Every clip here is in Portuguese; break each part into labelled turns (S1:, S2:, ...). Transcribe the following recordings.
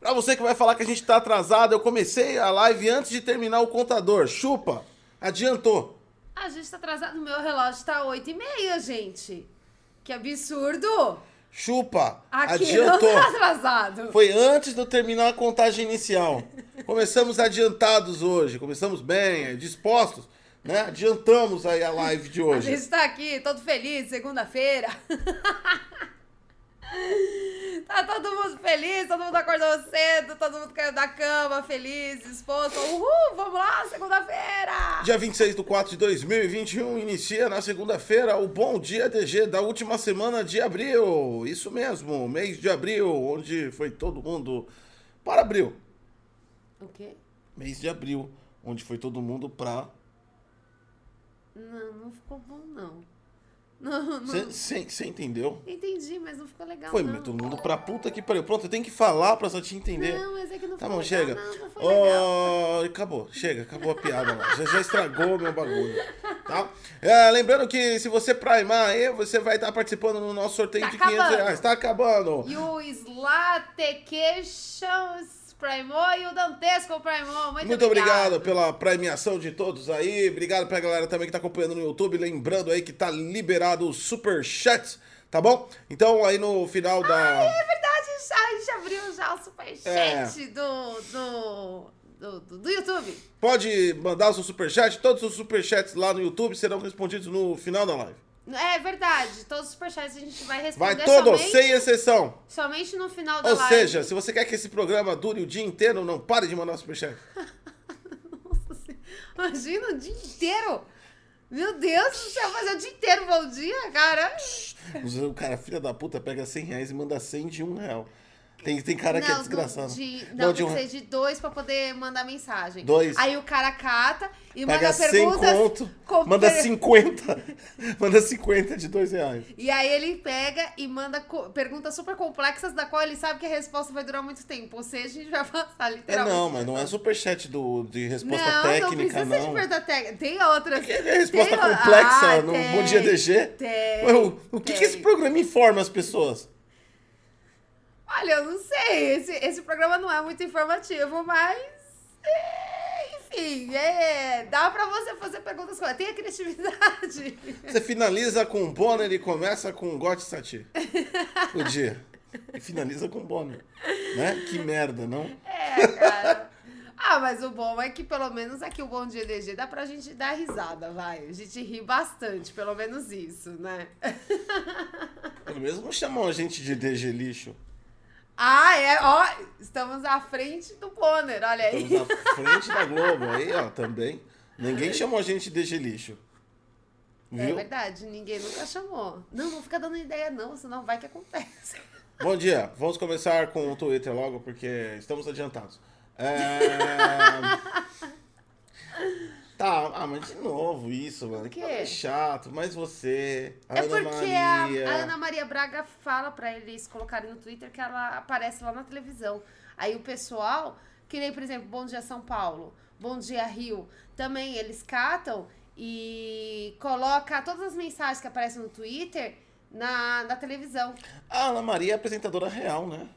S1: Pra você que vai falar que a gente tá atrasado, eu comecei a live antes de terminar o contador. Chupa! Adiantou.
S2: A gente tá atrasado. Meu relógio tá 8 e meia, gente. Que absurdo!
S1: Chupa!
S2: Aqui
S1: adiantou.
S2: não tá atrasado.
S1: Foi antes de eu terminar a contagem inicial. Começamos adiantados hoje. Começamos bem, eh, dispostos, né? Adiantamos aí a live de
S2: A
S1: hoje.
S2: gente tá aqui, todo feliz, segunda-feira. tá todo mundo feliz, todo mundo acordou cedo, todo mundo caiu da cama, feliz, disposto. Uhul, vamos lá, segunda-feira!
S1: Dia 26 de 4 de 2021 inicia na segunda-feira o Bom Dia DG da última semana de abril. Isso mesmo, mês de abril, onde foi todo mundo para abril.
S2: O quê?
S1: Mês de abril, onde foi todo mundo pra
S2: Não, não ficou bom, não. Não, não.
S1: Você entendeu?
S2: Entendi, mas não ficou legal,
S1: Foi
S2: Uhum. não.
S1: todo mundo pra puta que pariu. Pronto, eu tenho que falar pra só te entender.
S2: Não, mas é que não
S1: Tá
S2: foi
S1: bom,
S2: legal.
S1: chega.
S2: Não, não foi legal.
S1: Oh, acabou, chega, acabou a piada lá. Já, já estragou meu bagulho. Tá? É, lembrando que se você primar aí, você vai estar participando no nosso sorteio
S2: Tá
S1: de 500 reais.
S2: acabando.
S1: Tá acabando.
S2: E o Slatecations Primou e o Dantesco Primou. Muito,
S1: Muito obrigado pela premiação de todos aí. Obrigado pra galera também que tá acompanhando no YouTube. Lembrando aí que tá liberado o Super Chat, tá bom? Então aí no final da.
S2: É verdade, já- a gente abriu já o
S1: É.
S2: superchat do, do, do, do, do YouTube.
S1: Pode mandar o seu superchat. Todos os superchats lá no YouTube serão respondidos no final da live.
S2: É verdade, todos os superchats a gente vai
S1: Vai
S2: responder
S1: todo,
S2: é somente,
S1: sem exceção.
S2: somente no final da
S1: Ou
S2: live.
S1: seja, se você quer que esse programa dure o dia inteiro, não pare de mandar superchat.
S2: Nossa Senhora, imagina o dia inteiro. Meu Deus do céu, fazer o dia inteiro bom dia, cara.
S1: O cara, filha da puta, pega 100 reais e manda 100 de um real. Tem, tem cara que é desgraçado.
S2: Não, de, não,
S1: Não, de
S2: tem
S1: um-
S2: que ser de dois pra poder mandar mensagem.
S1: Dois.
S2: Aí o cara cata e
S1: Pega
S2: manda
S1: 100
S2: perguntas.
S1: conto,
S2: com-
S1: manda
S2: per-
S1: 50. manda 50 de 2 reais.
S2: E aí ele pega e manda co- perguntas super complexas, da qual ele sabe que a resposta vai durar muito tempo. Ou seja, a gente vai passar
S1: É,
S2: literalmente.
S1: não, mas não é superchat do, de resposta
S2: não, não
S1: técnica,
S2: precisa
S1: não.
S2: de pergunta técnica. Tem outras.
S1: Que é resposta
S2: Tem o-
S1: complexa
S2: Ah,
S1: no
S2: tem,
S1: Bom Dia DG?
S2: Tem.
S1: Ué, o- o que,
S2: tem.
S1: que esse programa informa as pessoas?
S2: Olha, eu não sei. Esse, esse programa não é muito informativo, mas. é, Enfim, é, dá pra você fazer perguntas com Tem a criatividade.
S1: Você finaliza com Bonner e começa com um Gotti Sati. O dia. E finaliza com Bonner. Né? Que merda, não?
S2: É, cara. Ah, mas o bom é que pelo menos aqui o Bom Dia DG dá pra gente dar risada, vai. A gente ri bastante, pelo menos isso, né?
S1: Pelo menos não chamam a gente de DG lixo.
S2: Ah, é, ó, estamos à frente do Bonner, olha aí.
S1: Estamos à frente da Globo aí, ó, também. Ninguém chamou a gente de DG lixo.
S2: É
S1: Viu?
S2: verdade, ninguém nunca chamou. Não, não fica dando ideia não, senão vai que acontece.
S1: Bom dia. Vamos começar com o Twitter logo, porque estamos adiantados. É... tá, ah, mas de novo isso, mano. Que
S2: quê?
S1: é chato, mas você. a
S2: é
S1: Ana
S2: porque a-
S1: Maria.
S2: A, Ana Maria Braga fala pra eles colocarem no Twitter que ela aparece lá na televisão. Aí o pessoal, que nem, por exemplo, Bom Dia São Paulo, Bom Dia Rio, também eles catam e coloca todas as mensagens que aparecem no Twitter na, na televisão.
S1: A Ana Maria é apresentadora real, né?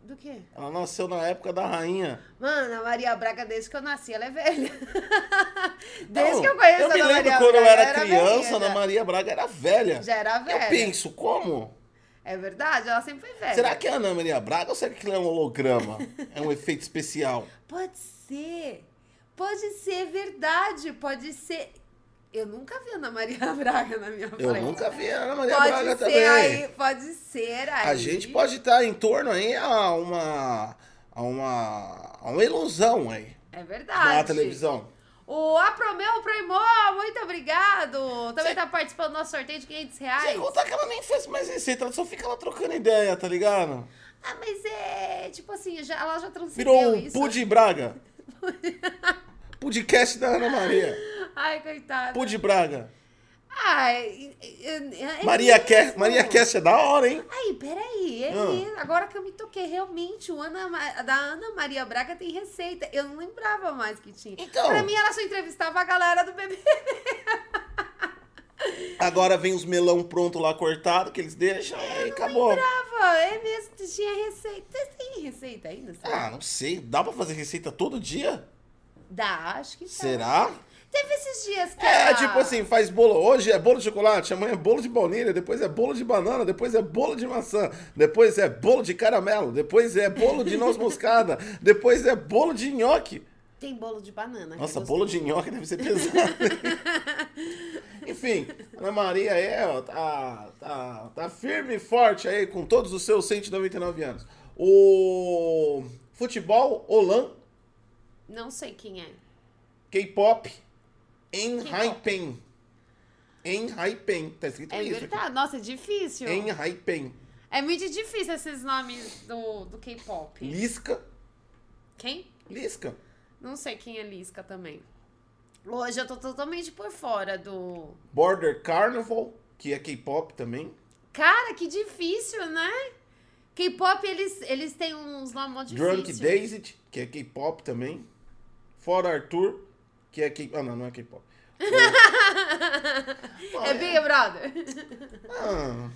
S2: Do quê?
S1: Ela nasceu na época da rainha.
S2: Mano, a Maria Braga, desde que eu nasci, ela é velha. desde
S1: Não,
S2: que eu conheço
S1: Eu
S2: a
S1: me
S2: Ana
S1: lembro
S2: Maria
S1: quando eu
S2: Braga,
S1: era,
S2: ela
S1: criança,
S2: velhinha,
S1: Ana
S2: já-
S1: Maria Braga era velha.
S2: Já era velha.
S1: Eu penso, como?
S2: É verdade, ela sempre foi velha.
S1: Será que é a Ana Maria Braga ou será que ela é um holograma? é um efeito especial?
S2: Pode ser. Pode ser verdade. Pode ser. Eu nunca vi Ana Maria Braga na minha
S1: Eu
S2: frente.
S1: nunca vi a Ana Maria
S2: Pode
S1: Braga
S2: ser
S1: também.
S2: aí. Pode ser aí.
S1: A gente pode estar em torno aí a uma. a uma. a uma ilusão aí.
S2: É
S1: Na
S2: verdade.
S1: televisão.
S2: O Apromeu Primo, muito obrigado. Também
S1: Você-
S2: tá participando do nosso sorteio de 500
S1: Sem
S2: reais.
S1: contar que ela nem fez mais receita, ela só fica lá trocando ideia, tá ligado?
S2: Ah, mas é. Tipo assim, já, ela já transcendeu
S1: Virou um
S2: isso.
S1: Pude Braga. Pudcast da Ana Maria.
S2: Ai, coitada.
S1: Pude Braga.
S2: Ai. é- é
S1: Maria Cash.
S2: mesmo.
S1: Maria Cash é da hora, hein?
S2: Aí, peraí, é
S1: Ah.
S2: mesmo. agora que eu me toquei, realmente, o Ana, Ma- da Ana Maria Braga tem receita. Eu não lembrava mais que tinha.
S1: Então.
S2: Pra mim, ela só entrevistava a galera do BBB.
S1: Agora vem os melão pronto lá cortado que eles deixam e acabou.
S2: Lembrava, é mesmo, tinha receita. Vocês têm receita ainda? sabe?
S1: Ah, não sei. Dá pra fazer receita todo dia?
S2: Dá, acho que dá.
S1: Será?
S2: Teve esses dias que
S1: É,
S2: a-
S1: tipo assim, faz bolo. Hoje é bolo de chocolate, amanhã é bolo de baunilha, depois é bolo de banana, depois é bolo de maçã, depois é bolo de caramelo, depois é bolo de noz moscada, depois é bolo de nhoque.
S2: Tem bolo de banana. que
S1: Nossa,
S2: é
S1: bolo de nhoque deve ser pesado. Enfim, Ana Maria é, ó, tá, tá, tá firme e forte aí com todos os seus 199 anos. O futebol, Olan,
S2: gostoso. Não sei quem é.
S1: K-pop, Enhypen. Enhypen, tá escrito
S2: É
S1: isso.
S2: verdade. Nossa, é difícil.
S1: aqui. Enhypen.
S2: É muito difícil esses nomes do, do K-pop.
S1: Lisca,
S2: Quem?
S1: Lisca.
S2: Não sei quem é Lisca também. Hoje eu tô totalmente por fora do.
S1: Border Carnival, que é K-pop também.
S2: Cara, que difícil, né? K-pop, eles, eles têm uns nomes mó difíceis.
S1: Drunk Daisy, que é K-pop também. Fora Arthur, que é K-pop. Ah, não, não é K-pop. Pô,
S2: é
S1: é-
S2: Big Brother.
S1: Ah,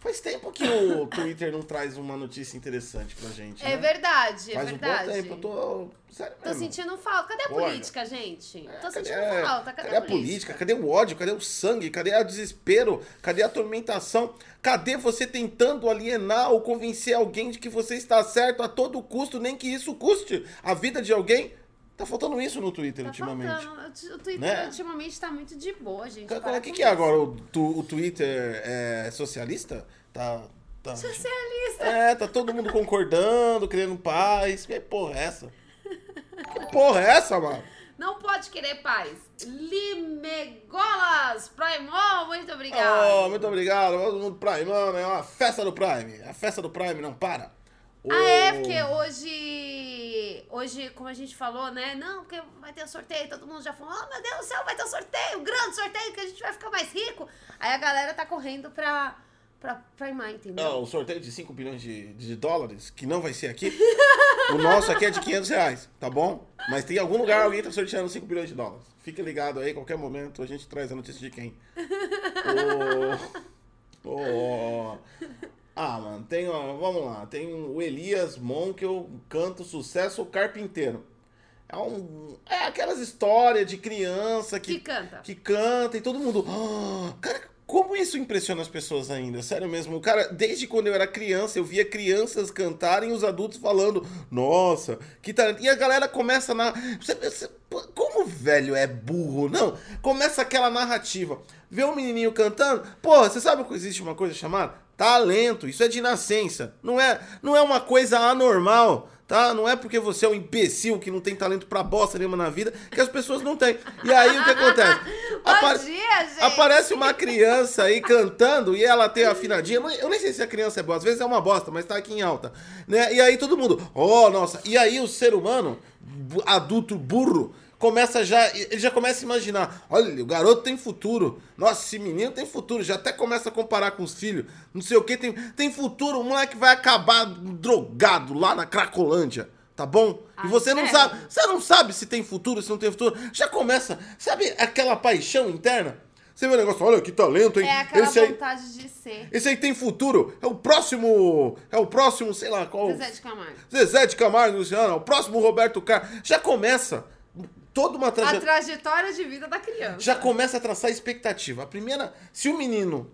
S1: faz tempo que o Twitter não traz uma notícia interessante pra gente.
S2: É
S1: né?
S2: verdade, é
S1: Faz
S2: verdade.
S1: um bom tempo, eu tô. Sério
S2: Tô
S1: mesmo.
S2: sentindo falta. Cadê a
S1: Olha.
S2: política, gente?
S1: É,
S2: Tô sentindo
S1: cadê-
S2: falta. Cadê,
S1: cadê a política? Cadê o ódio? Cadê o sangue? Cadê o desespero? Cadê a atormentação? Cadê você tentando alienar ou convencer alguém de que você está certo a todo custo, nem que isso custe a vida de alguém? Tá faltando isso no Twitter
S2: Tá
S1: ultimamente.
S2: faltando. O Twitter
S1: Né?
S2: ultimamente tá muito de boa, gente.
S1: Cara,
S2: Para
S1: O que,
S2: com
S1: que é
S2: isso.
S1: agora? O, tu- o Twitter é socialista? Tá. tá...
S2: Socialista.
S1: É, tá todo mundo concordando, criando paz. Que porra é essa? Que porra é essa, mano?
S2: Não pode querer paz. Limegolas Primol, muito obrigado.
S1: Oh, muito obrigado. Todo mundo Prime, mano. É uma festa do Prime. A festa do Prime não para. Oh. O-
S2: Ah, é, porque hoje, hoje, como a gente falou, né? Não, porque vai ter o sorteio, todo mundo já falou, oh meu Deus do céu, vai ter o sorteio, um grande sorteio, que a gente vai ficar mais rico. Aí a galera tá correndo pra, pra, pra Imar, entendeu?
S1: Ah, o sorteio de 5 bilhões de, de dólares, que não vai ser aqui. o nosso aqui é de 500 reais, tá bom? Mas tem algum lugar alguém tá sorteando 5 bilhões de dólares. Fica ligado aí, qualquer momento a gente traz a notícia de quem. O- o- Ah, mano, tem, ó, vamos lá. Tem um, o Elias Monkel, canto sucesso carpinteiro. É, um, é aquelas histórias de criança
S2: que
S1: que
S2: canta.
S1: que canta e todo mundo. "Ah!" cara, como isso impressiona as pessoas ainda? Sério mesmo. O cara, desde quando eu era criança, eu via crianças cantarem e os adultos falando: Nossa, que talento. E a galera começa na. Você- você- pô, Como o velho é burro? Não. Começa aquela narrativa. Vê um menininho cantando. Porra, você sabe que existe uma coisa chamada talento. Isso é de nascença. Não é, não é uma coisa anormal tá? Não é porque você é um imbecil que não tem talento pra bosta nenhuma na vida que as pessoas não têm. E aí o que acontece?
S2: Bom
S1: Apare-
S2: dia, gente!
S1: Aparece uma criança aí cantando e ela tem a afinadinha. Não- Eu nem sei se a criança é boa, às vezes é uma bosta, mas tá aqui em alta. Né? E aí todo mundo, oh, nossa. E aí o ser humano, bu- adulto burro, começa já. Ele já começa a imaginar: olha, o garoto tem futuro. Nossa, esse menino tem futuro. Já até começa a comparar com os filhos. Não sei o que, tem, tem futuro. O moleque vai acabar drogado lá na Cracolândia. Tá bom?
S2: Ah,
S1: e você não
S2: sério?
S1: sabe, você não sabe se tem futuro, se não tem futuro. Já começa, sabe aquela paixão interna? Você vê o negócio, olha que talento, hein?
S2: É aquela
S1: esse, aí,
S2: vontade de ser.
S1: esse aí tem futuro. É o próximo, é o próximo, sei lá qual.
S2: Zezé de Camargo.
S1: Zezé de Camargo, Luciano, é o próximo Roberto Carlos. Já começa toda uma
S2: A
S1: trajetória.
S2: trajetória de vida da criança.
S1: Já começa a traçar a expectativa. A primeira, se o menino.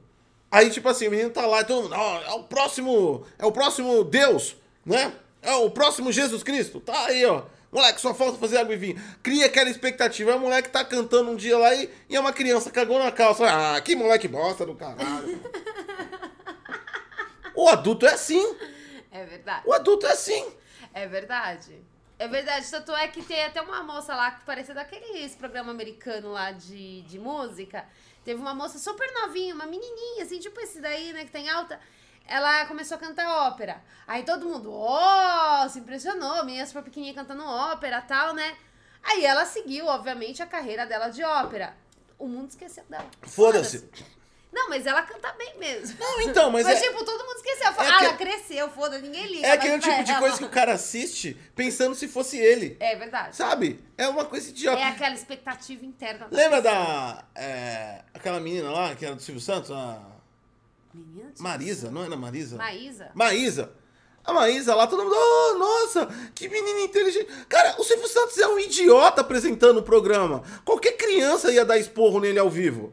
S1: Aí, tipo assim, o menino tá lá e todo mundo. "Ó, é o próximo. É o próximo Deus, né? É o próximo Jesus Cristo. Tá aí, ó. Moleque, só falta fazer água e vinho. Cria aquela expectativa. Aí o moleque tá cantando um dia lá e, e é uma criança, cagou na calça. Ah, que moleque bosta do caralho. o adulto é assim.
S2: É verdade.
S1: O adulto é assim.
S2: É verdade. É verdade. Tanto é que tem até uma moça lá que parecia daqueles programa americano lá de, de música. Teve uma moça super novinha, uma menininha, assim, tipo esse daí, né, que tem alta. Ela começou a cantar ópera. Aí todo mundo, ó, se impressionou. a Menina super pequenininha cantando ópera tal, né? Aí ela seguiu, obviamente, a carreira dela de ópera. O mundo esqueceu dela.
S1: Foda-se.
S2: Não, mas ela canta bem mesmo.
S1: Não, então, mas,
S2: Mas,
S1: é,
S2: tipo, todo mundo esqueceu. Fala,
S1: é
S2: ah,
S1: que-
S2: ela cresceu, foda, ninguém liga.
S1: é
S2: mas
S1: aquele
S2: pra
S1: tipo de
S2: ela-
S1: coisa que o cara assiste pensando se fosse ele.
S2: É verdade.
S1: Sabe? É uma coisa idiota.
S2: É assim. aquela expectativa interna.
S1: Lembra da. é, aquela menina lá, que era do Silvio Santos? A
S2: Menina de-
S1: Marisa, não era Marisa?
S2: Maísa?
S1: Maísa. A Maísa lá, todo mundo, oh, nossa, que menina inteligente. Cara, o Silvio Santos é um idiota apresentando o programa. Qualquer criança ia dar esporro nele ao vivo.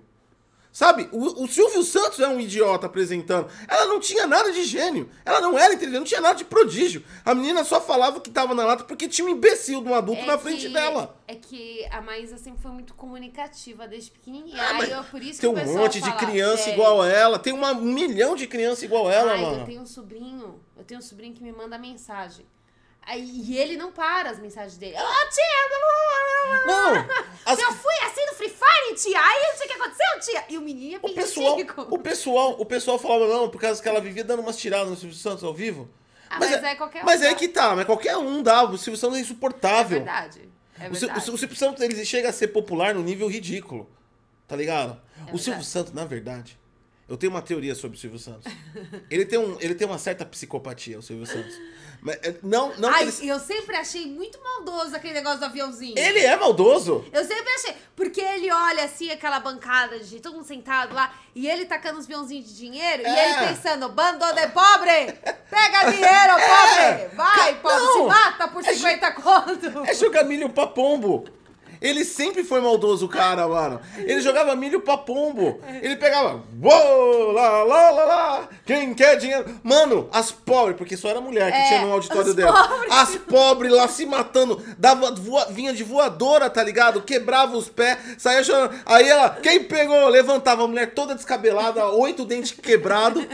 S1: Sabe? O, o Silvio Santos é um idiota apresentando. Ela não tinha nada de gênio. Ela não era inteligente, não tinha nada de prodígio. A menina só falava que tava na lata porque tinha um imbecil de um adulto
S2: É
S1: na
S2: que-
S1: frente dela.
S2: É que a Maísa sempre foi muito comunicativa desde pequenininha.
S1: Ah, mas
S2: Aí eu, por isso
S1: Tem
S2: que o
S1: um
S2: pessoal
S1: monte de
S2: fala,
S1: criança
S2: é,
S1: igual a ela. Tem uma- um milhão de criança igual a ela,
S2: Ai,
S1: mano.
S2: eu tenho um sobrinho, eu tenho um sobrinho que me manda mensagem. Aí, e ele não para as mensagens dele. Ô, tia!
S1: Não! as-
S2: Eu fui assim no Free Fire, tia! Aí não sei o que aconteceu, tia! E o menino é
S1: O pessoal,
S2: 25.
S1: o pessoal, o pessoal falava não, por causa que ela vivia dando umas tiradas no Silvio Santos ao vivo.
S2: Ah, mas aí qualquer um
S1: Mas
S2: dá.
S1: é que tá, mas qualquer um dava. O Silvio Santos é
S2: É
S1: insuportável.
S2: verdade. É
S1: o, Sil- o
S2: verdade.
S1: Sil- o Silvio Santos ele chega a ser popular no nível ridículo. Tá ligado? o
S2: É verdade.
S1: Silvio Santos, na verdade, eu tenho uma teoria sobre o Silvio Santos. ele, tem um, ele tem uma certa psicopatia, o Silvio Santos. Mas, é, não, não que
S2: Ai,
S1: ele,
S2: eu sempre achei muito maldoso aquele negócio do aviãozinho.
S1: ele é maldoso.
S2: Eu sempre achei. Porque ele olha assim, aquela bancada de todo mundo sentado lá, e ele tacando os peãozinhos de dinheiro, e
S1: É.
S2: ele pensando, bando de pobre! Pega dinheiro, pobre! Vai,
S1: É. Ca-
S2: pobre, se
S1: não.
S2: mata por 50 conto!
S1: É jogar milho pra pombo. Ele sempre foi maldoso, o cara, mano. Ele jogava milho pra pombo. Ele pegava. Uou, lá, lá, lá, lá. Quem quer dinheiro? Mano, as pobres, porque só era mulher que
S2: É,
S1: tinha no auditório
S2: as
S1: dela.
S2: pobres.
S1: As pobres lá se matando. Dava, voa- vinha de voadora, tá ligado? Quebrava os pés, saía chorando. Aí ela, quem pegou? Levantava a mulher toda descabelada, oito dentes quebrados.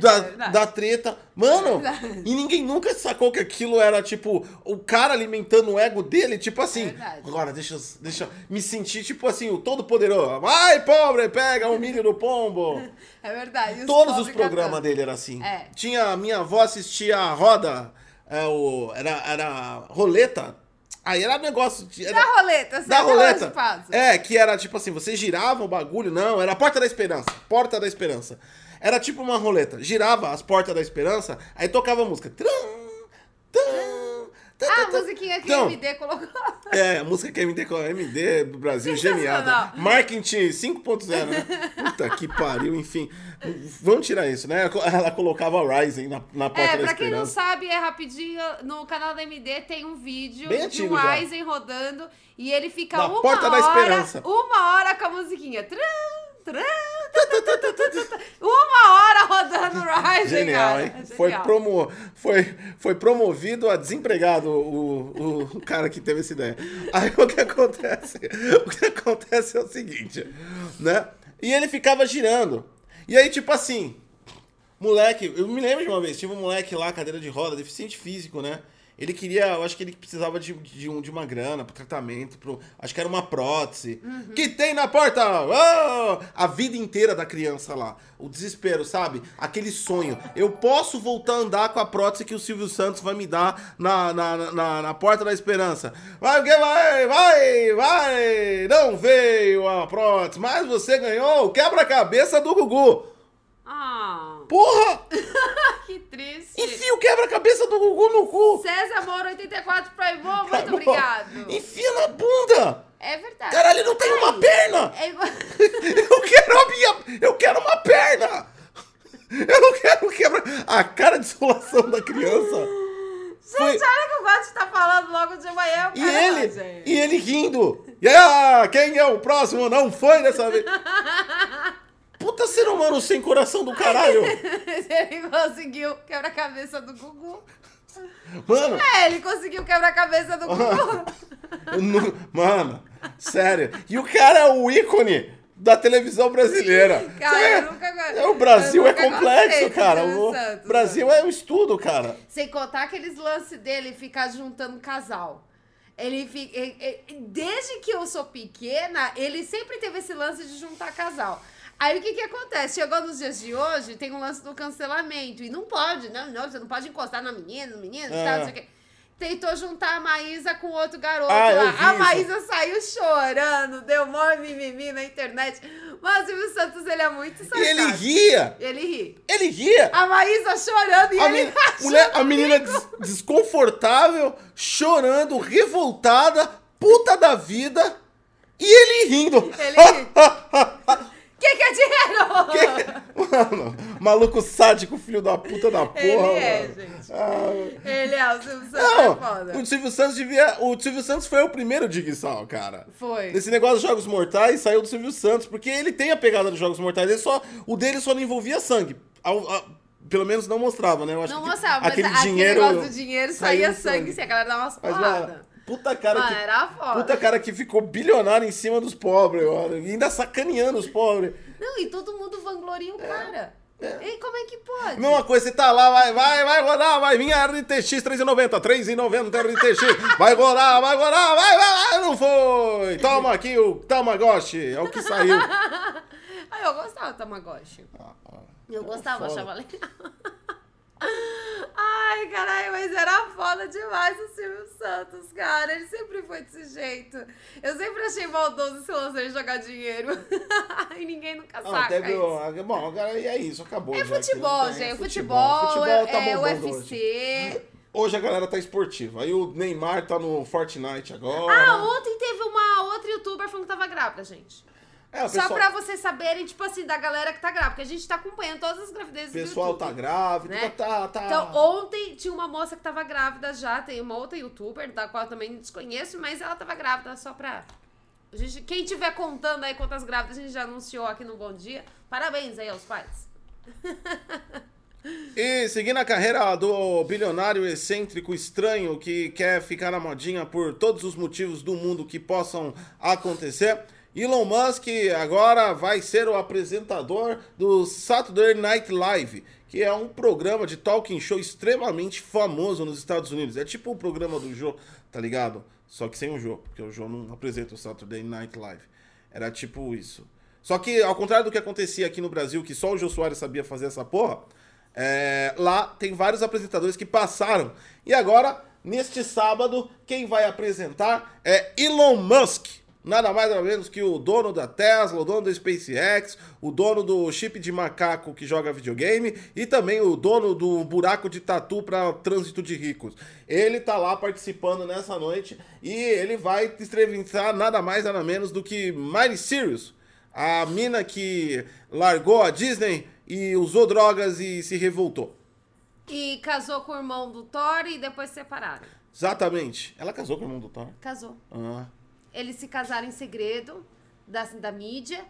S1: Da,
S2: É verdade. É
S1: da treta. Mano,
S2: Verdade.
S1: e ninguém nunca sacou que aquilo era, tipo, o cara alimentando o ego dele, tipo assim.
S2: É verdade.
S1: agora, deixa, eu- deixa eu me sentir, tipo assim, o todo poderoso. Vai, pobre, pega o milho do pombo.
S2: É verdade. e
S1: Todos
S2: pobres
S1: os programas
S2: cantando.
S1: dele eram assim.
S2: É.
S1: Tinha, minha avó assistia a roda, é, o, era, era roleta. Aí era negócio de. Era,
S2: Da roleta, você
S1: da roleta.
S2: Faz.
S1: É, que era tipo assim, você girava o bagulho, não, era a porta da esperança, porta da esperança. Era tipo uma roleta, girava as portas da esperança, aí tocava a música. Tram, tam, tam,
S2: Ah, a
S1: tam, tam.
S2: musiquinha que
S1: Então,
S2: o MD colocou.
S1: É, a música que a MD, colocou, MD Brasil geniada.
S2: Sensacional.
S1: Marketing 5.0, né? Puta que pariu, enfim. Vamos tirar isso, né? Ela colocava Rising na, na porta da
S2: É, pra
S1: esperança.
S2: quem não sabe, é rapidinho. No canal da MD tem um vídeo
S1: Bem
S2: de
S1: antigo
S2: um
S1: já.
S2: Aizen rodando e ele fica
S1: Na
S2: uma
S1: Porta da
S2: hora.
S1: Esperança.
S2: Uma hora com a musiquinha. Tran, tran, tã, tã, tã, tã, tã, tã, tã. Uma hora rodando o Aizen.
S1: Genial,
S2: cara. é
S1: hein? Foi,
S2: Genial.
S1: promo... foi, foi promovido a desempregado o, o cara que teve essa ideia. Aí o que acontece? O que acontece é o seguinte, né? E ele ficava girando. E aí, tipo assim, moleque, eu me lembro de uma vez, tive um moleque lá, cadeira de roda, deficiente físico, né? Ele queria, eu acho que ele precisava de, de, um, de uma grana pro tratamento, pro, acho que era uma prótese. Que tem na porta! Oh! A vida inteira da criança lá. O desespero, sabe? Aquele sonho. Eu posso voltar a andar com a prótese que o Silvio Santos vai me dar na, na, na- na, na porta da esperança. Vai, que vai, vai, vai! Não veio a prótese, mas você ganhou o quebra-cabeça do Gugu.
S2: Ah,
S1: Porra!
S2: que triste.
S1: Enfia o quebra-cabeça do Gugu no cu.
S2: César Moro 84 Prime Bom, muito
S1: Acabou.
S2: obrigado.
S1: Enfia na bunda.
S2: É verdade.
S1: Caralho, não tem uma perna.
S2: É igual-
S1: Eu quero a minha... Eu quero uma perna. Eu não quero quebra... A cara de insolação da criança. Foi-
S2: Gente, olha que eu gosto de estar falando logo de manhã.
S1: E
S2: cara,
S1: ele...
S2: gente.
S1: E ele rindo. E aí, ah, quem é o próximo? Não foi dessa vez. Puta ser humano sem coração do caralho.
S2: ele conseguiu quebra-cabeça do Gugu.
S1: Mano...
S2: É, ele conseguiu quebrar a cabeça do Gugu.
S1: Eu nu- Mano, sério. E o cara é o ícone da televisão brasileira.
S2: Cara,
S1: Você é-
S2: eu nunca go-
S1: é, o Brasil
S2: eu
S1: é
S2: nunca gostei
S1: complexo,
S2: do
S1: cara.
S2: Silvio
S1: O
S2: Santos,
S1: Brasil é um estudo, cara.
S2: Sem contar aqueles lances dele ficar juntando casal. Ele fica. ele- ele- desde que eu sou pequena, ele sempre teve esse lance de juntar casal. Aí o que que acontece? Chegou nos dias de hoje, tem um lance do cancelamento. E não pode, não, não, você não pode encostar na menina, no menino,
S1: É.
S2: tá, não sei o quê. Tentou juntar a Maísa com outro garoto
S1: Ah, eu
S2: lá.
S1: vi
S2: A
S1: isso.
S2: Maísa saiu chorando, deu mó mimimi na internet. Mas o Silvio Santos, ele é muito
S1: E
S2: sarcástico.
S1: ele ria!
S2: Ele ri.
S1: Ele ria!
S2: A Maísa chorando e
S1: A,
S2: ele um
S1: men-
S2: rachando
S1: mulher- a
S2: o
S1: menina
S2: bico.
S1: des- desconfortável, chorando, revoltada, puta da vida, e ele rindo.
S2: Ele ri. Quem quer dinheiro?
S1: Mano, maluco sádico, filho da puta da porra.
S2: Ele é,
S1: mano.
S2: gente.
S1: Ah,
S2: Ele é, o Silvio Santos é foda.
S1: não, o Silvio Santos devia. O Silvio Santos foi o primeiro Digsal, cara.
S2: Foi.
S1: Esse negócio dos Jogos Mortais saiu do Silvio Santos, porque ele tem a pegada dos Jogos Mortais, ele só, o dele só não envolvia sangue. Ao- a- pelo menos não mostrava, né? Eu acho
S2: Não
S1: que
S2: mostrava, mas
S1: aquele
S2: aquele
S1: dinheiro.
S2: negócio do dinheiro saía
S1: saiu sangue.
S2: sangue, se a galera dava umas
S1: Mas,
S2: porradas.
S1: mano, puta cara
S2: Mano,
S1: que.
S2: era foda.
S1: Puta cara que ficou bilionário em cima dos pobres, mano. E ainda sacaneando os pobres.
S2: Não, e todo mundo vangloria
S1: É,
S2: o cara. E como é que pode?
S1: Mesma coisa, você tá lá, vai, vai, vai rodar, vai vir a RTX 3,90, 3,90 RTX, vai rodar, vai rodar, vai, vai, vai, não foi! Toma aqui o Tamagotchi, é o que saiu.
S2: Ah, eu gostava do Tamagotchi. Eu gostava,
S1: Ah, é foda.
S2: achava legal. Ai, caralho, mas era foda demais o Silvio Santos, cara. Ele sempre foi desse jeito. Eu sempre achei maldoso esse lance de jogar dinheiro. e ninguém nunca
S1: Ah,
S2: saca
S1: teve
S2: isso.
S1: o- Bom, agora é isso, acabou.
S2: É
S1: já,
S2: futebol,
S1: que não tem- tá
S2: gente. Futebol, é, é
S1: bombando Hoje.
S2: UFC.
S1: Hoje a galera tá esportiva. Aí o Neymar tá no Fortnite agora.
S2: Ah, ontem teve uma outra youtuber falando que tava grávida, gente.
S1: É, o
S2: Só
S1: pessoal-
S2: pra vocês saberem, tipo assim, da galera que tá grávida. Porque a gente tá acompanhando todas as gravidezes
S1: O
S2: do
S1: pessoal
S2: YouTube.
S1: tá grávido,
S2: né?
S1: tá, tá.
S2: Então, ontem tinha uma moça que tava grávida já, tem uma outra youtuber, da qual eu também desconheço, mas ela tava grávida só pra. A gente, quem tiver contando aí quantas grávidas a gente já anunciou aqui no Bom Dia, parabéns aí aos pais.
S1: E seguindo a carreira do bilionário excêntrico estranho que quer ficar na modinha por todos os motivos do mundo que possam acontecer, Elon Musk agora vai ser o apresentador do Saturday Night Live, que é um programa de talking show extremamente famoso nos Estados Unidos. É tipo o programa do Jô, tá ligado? Só que sem o Jô, porque o Jô não apresenta o Saturday Night Live. Era tipo isso. Só que, ao contrário do que acontecia aqui no Brasil, que só o Jô Soares sabia fazer essa porra, é, lá tem vários apresentadores que passaram. E agora, neste sábado, quem vai apresentar é Elon Musk. Nada mais nada menos que o dono da Tesla, o dono do SpaceX, o dono do chip de macaco que joga videogame e também o dono do buraco de tatu para trânsito de ricos. Ele tá lá participando nessa noite e ele vai entrevistar nada mais nada menos do que Miley Cyrus, a mina que largou a Disney e usou drogas e se revoltou.
S2: E casou com o irmão do Thor e depois se separaram.
S1: Exatamente. Ela casou com o irmão do Thor.
S2: Casou.
S1: Ah.
S2: Eles se casaram em segredo da, da mídia.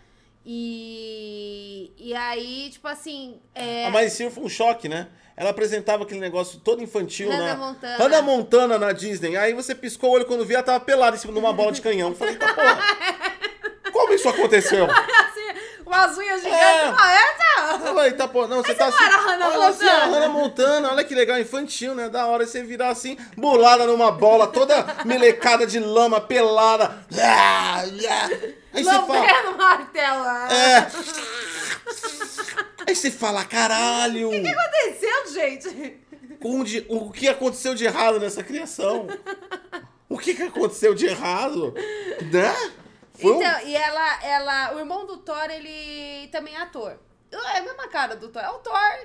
S2: E, e aí, tipo assim. é,
S1: A Miley Cyrus foi um choque, né? Ela apresentava aquele negócio todo infantil
S2: Hannah
S1: na...
S2: Montana.
S1: Hannah Montana na Disney. Aí você piscou o olho quando via, ela tava pelada em cima de uma bola de canhão. Eu Falei, tá porra, como isso aconteceu?
S2: assim, umas unhas gigantes.
S1: É.
S2: Ah, é, não.
S1: Eu Falei, tá porra, não, você tá
S2: não era a Hannah
S1: Olha assim, a
S2: Montana?
S1: Hannah Montana, olha que legal, infantil, né? Da hora você virar assim, bolada numa bola, toda melecada de lama, pelada. Ah, ah. Aí você fala.
S2: Lambendo martelo. ah,
S1: É. Aí você fala, caralho!
S2: O que aconteceu, tá gente?
S1: Onde, o que aconteceu de errado nessa criação? O que, que aconteceu de errado? Né? Foi um-
S2: Então, e ela, ela, o irmão do Thor, ele também é ator. É a mesma cara do Thor. É o Thor,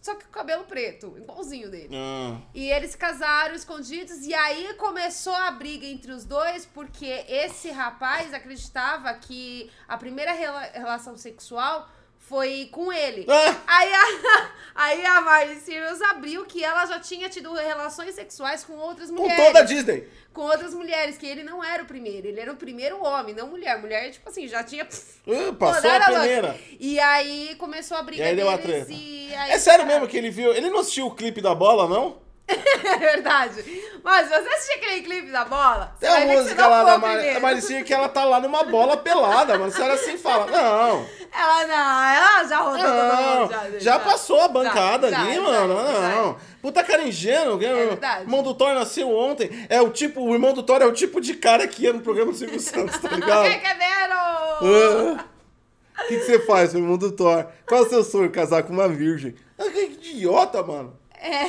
S2: só que com cabelo preto, igualzinho dele.
S1: Ah,
S2: E eles casaram escondidos, e aí começou a briga entre os dois, porque esse rapaz acreditava que a primeira rela- relação sexual foi com ele.
S1: Ah!
S2: Aí a, aí a Miley Cyrus abriu que ela já tinha tido relações sexuais com outras
S1: com
S2: mulheres
S1: toda a Disney.
S2: com outras mulheres, que ele não era o primeiro, ele era o primeiro homem, não mulher. Mulher, tipo assim, já tinha.
S1: Ah, passou a
S2: rodado a
S1: peneira.
S2: noite. E aí começou a briga
S1: E aí deu a
S2: deles
S1: treta.
S2: e aí-
S1: É sério mesmo que ele viu? Ele não assistiu o clipe da bola, não?
S2: é verdade. Mas você assistiu aquele clipe da bola? Você
S1: Tem uma
S2: vai ver que você
S1: música
S2: não
S1: lá
S2: foi
S1: da
S2: o
S1: Mari- da
S2: primeiro.
S1: Maricinha que ela tá lá numa bola pelada, mano. A senhora assim fala, não,
S2: Ela não, ela já rodou todo
S1: não,
S2: mundo, já,
S1: já passou a bancada
S2: já,
S1: ali,
S2: já,
S1: mano,
S2: já. É
S1: não. Puta cara ingênuo, né?
S2: verdade.
S1: o irmão do Thor nasceu ontem, é o tipo, o irmão do Thor é o tipo de cara que ia no programa do Silvio Santos, tá ligado?
S2: Que cadero?
S1: Ah. O que, que você faz, meu irmão do Thor? Qual é o seu sonho? Casar com uma virgem. Ah, que idiota, mano.
S2: É.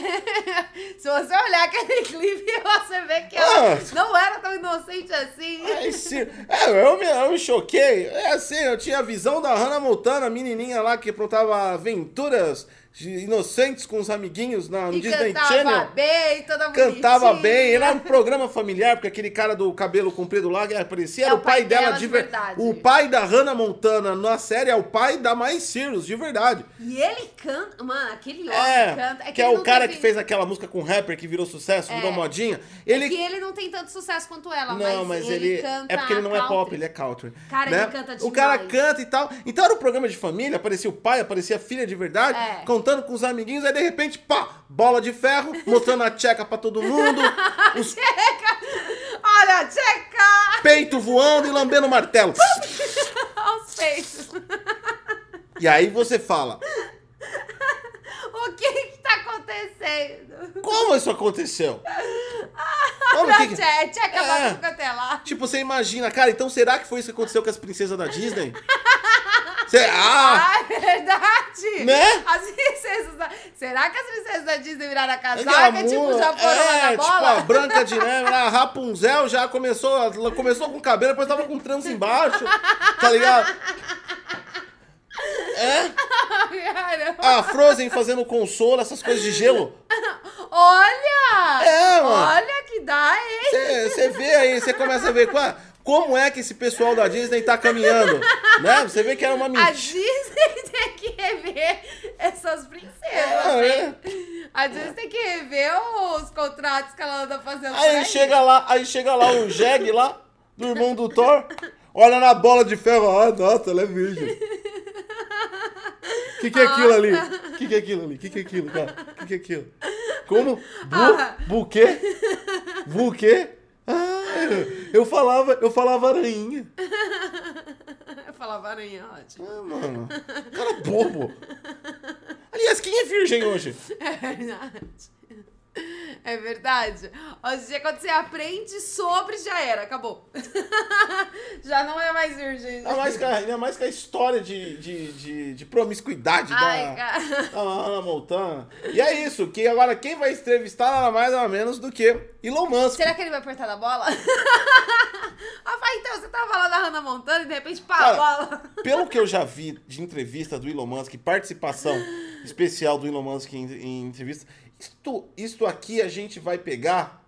S2: Se você olhar aquele clipe, você vê que ela
S1: Ah.
S2: não era tão inocente assim.
S1: Aí sim. É, eu, me, eu me choquei. É assim, eu tinha a visão da Hannah Montana, a menininha lá que aprontava aventuras de inocentes com os amiguinhos na, no
S2: e
S1: Disney
S2: cantava
S1: Channel.
S2: bem, toda
S1: Cantava
S2: bonitinha.
S1: bem, era um programa familiar, porque aquele cara do cabelo comprido lá que aparecia, era
S2: É
S1: o pai, dela, de ver-
S2: verdade.
S1: O pai da Hannah Montana na série é o pai da Miley Cyrus, de verdade.
S2: E ele canta. Mano, aquele homem canta.
S1: É, que, é
S2: ele
S1: o
S2: não
S1: cara
S2: teve-
S1: que fez aquela música com rapper que virou sucesso, virou modinha. Ele
S2: É Que ele não tem tanto sucesso quanto ela,
S1: Não,
S2: Ah, mas,
S1: mas, ele,
S2: canta.
S1: é porque ele não é
S2: country.
S1: pop, ele é country.
S2: Cara,
S1: né?
S2: ele canta
S1: O cara
S2: demais.
S1: canta e tal. Então era um programa de família, aparecia o pai, aparecia a filha de verdade,
S2: É.
S1: contando com os amiguinhos, aí de repente, pá, bola de ferro, mostrando a tcheca pra todo mundo, os
S2: Olha, checa!
S1: peitos voando e lambendo o martelo.
S2: Olha os peitos.
S1: E aí você fala,
S2: O que que tá acontecendo?
S1: como isso aconteceu? Como
S2: Olha,
S1: que-
S2: checa, checa
S1: É.
S2: a bazuca até lá.
S1: Tipo, você imagina, cara, então será que foi isso que aconteceu com as princesas da Disney? Você, ah,
S2: Ah, é verdade!
S1: Né?
S2: As princesas da... Será que as princesas da Disney viraram a
S1: É que a
S2: casaca?
S1: mu-
S2: Tipo, já foram
S1: é,
S2: na bola?
S1: Tipo, a Branca de Neve, a Rapunzel já começou, ela começou com cabelo, depois tava com trança embaixo, tá ligado? É,
S2: Caramba.
S1: a Frozen fazendo consolo, essas coisas de gelo.
S2: Olha!
S1: É, mano.
S2: Olha que dá, hein?
S1: Você vê aí, você começa a ver qua- como é que esse pessoal da Disney tá caminhando, né? Você vê que era uma
S2: A
S1: mentira.
S2: Disney tem que rever essas princesas,
S1: É,
S2: hein? A Disney tem que rever os contratos que ela anda fazendo por
S1: Aí
S2: aí.
S1: chega lá, aí chega lá o Jeg lá, do irmão do Thor, olha na bola de ferro, ah, nossa, ela é virgem. O que, que é aquilo ali? O que, que é aquilo ali? O que, que é aquilo, cara? O que, que é aquilo? Como?
S2: Ah.
S1: Bu, buquê? Buquê? Ah, eu falava, eu falava aranha.
S2: Eu falava aranha, é ótimo.
S1: Ah, mano, cara bobo. Aliás, quem é virgem hoje?
S2: É verdade. É verdade. Hoje em dia, quando você aprende sobre, já era, acabou. já não é mais virgem.
S1: Ainda mais com a, ainda mais com a história de, de, de, de promiscuidade da...
S2: Ai, cara.
S1: A Ana Montana. E é isso, que agora quem vai entrevistar nada mais nada menos do que Elon Musk.
S2: Será que ele vai apertar na bola? Ah, vai, então, você tava lá na Hannah Montana e de repente, pá,
S1: Cara.
S2: bola.
S1: Pelo que eu já vi de entrevista do Elon Musk, participação especial do Elon Musk em, em entrevista, isto, isto aqui a gente vai pegar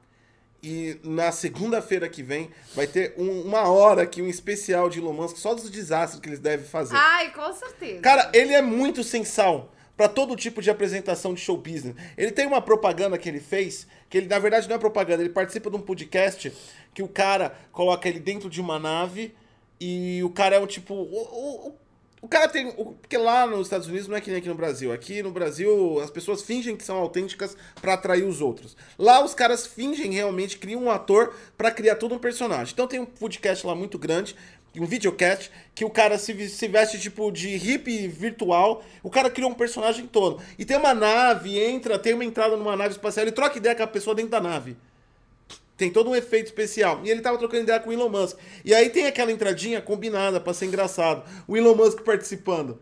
S1: e na segunda-feira que vem vai ter um- uma hora aqui, um especial de Elon Musk só dos desastres que eles devem fazer.
S2: Ai, com certeza.
S1: Cara, ele é muito sensal pra todo tipo de apresentação de show business. Ele tem uma propaganda que ele fez, que ele na verdade não é propaganda, ele participa de um podcast que o cara coloca ele dentro de uma nave e o cara é um tipo o, o- o cara tem. o- Porque lá nos Estados Unidos não é que nem aqui no Brasil. Aqui no Brasil as pessoas fingem que são autênticas pra atrair os outros. Lá os caras fingem realmente, criam um ator pra criar todo um personagem. Então tem um podcast lá muito grande, um videocast, que o cara se, vi- se veste tipo de hippie virtual. O cara criou um personagem todo. E tem uma nave, entra, tem uma entrada numa nave espacial, ele troca ideia com a pessoa dentro da nave. Tem todo um efeito especial. E ele tava trocando ideia com o Elon Musk. E aí tem aquela entradinha combinada pra ser engraçado. O Elon Musk participando.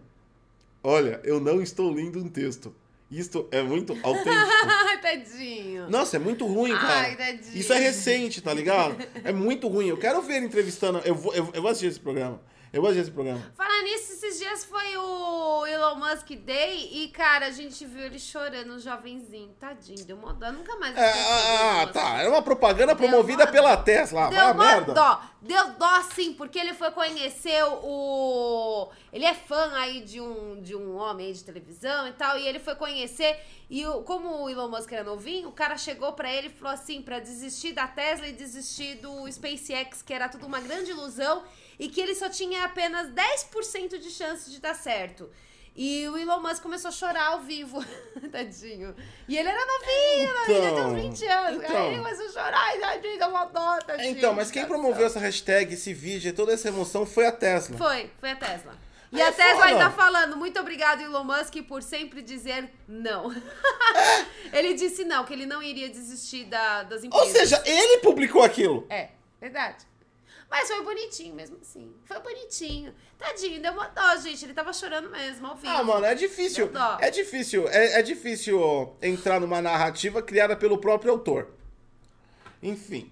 S1: Olha, eu não estou lendo um texto. Isto é muito autêntico.
S2: Ai, tadinho.
S1: Nossa, é muito ruim, cara.
S2: Ai, tadinho.
S1: Isso é recente, tá ligado? É muito ruim. Eu quero ver ele entrevistando. Eu vou, eu, eu vou assistir esse programa. Eu vou assistir esse programa.
S2: Falar nisso, esses dias foi o Elon Musk Day e, cara, a gente viu ele chorando, um jovenzinho. Tadinho, deu uma dó. Nunca mais
S1: É, ah, ah,
S2: Elon Musk.
S1: tá. É uma propaganda
S2: Deu
S1: promovida
S2: uma-
S1: pela Tesla.
S2: Deu
S1: Vai a
S2: uma
S1: merda.
S2: dó. Deu dó, sim, porque ele foi conhecer o. Ele é fã aí de um, de um homem aí de televisão e tal. E ele foi conhecer. E o- como o Elon Musk era novinho, o cara chegou pra ele e falou assim: pra desistir da Tesla e desistir do SpaceX, que era tudo uma grande ilusão. E que ele só tinha apenas 10% de chance de dar certo. E o Elon Musk começou a chorar ao vivo, tadinho. E ele era novinho, novinho, ele tinha uns
S1: Então,
S2: 20 anos.
S1: então.
S2: Aí ele começou a chorar, tadinho, deu uma dó, tadinho.
S1: É, Então, mas quem promoveu essa hashtag, esse vídeo, e toda essa emoção foi a Tesla.
S2: Foi, foi a Tesla. E
S1: Aí
S2: a
S1: é
S2: Tesla
S1: foda.
S2: ainda falando, muito obrigado, Elon Musk, por sempre dizer não. ele disse não, que ele não iria desistir da, das
S1: Ou
S2: empresas.
S1: seja, ele publicou aquilo.
S2: É, verdade. Mas foi bonitinho mesmo assim. Foi bonitinho. Tadinho, deu uma dó, gente. Ele tava chorando mesmo, ao vivo.
S1: Ah, mano, é difícil.
S2: Deu dó.
S1: É difícil. É, é difícil entrar numa narrativa criada pelo próprio autor. Enfim.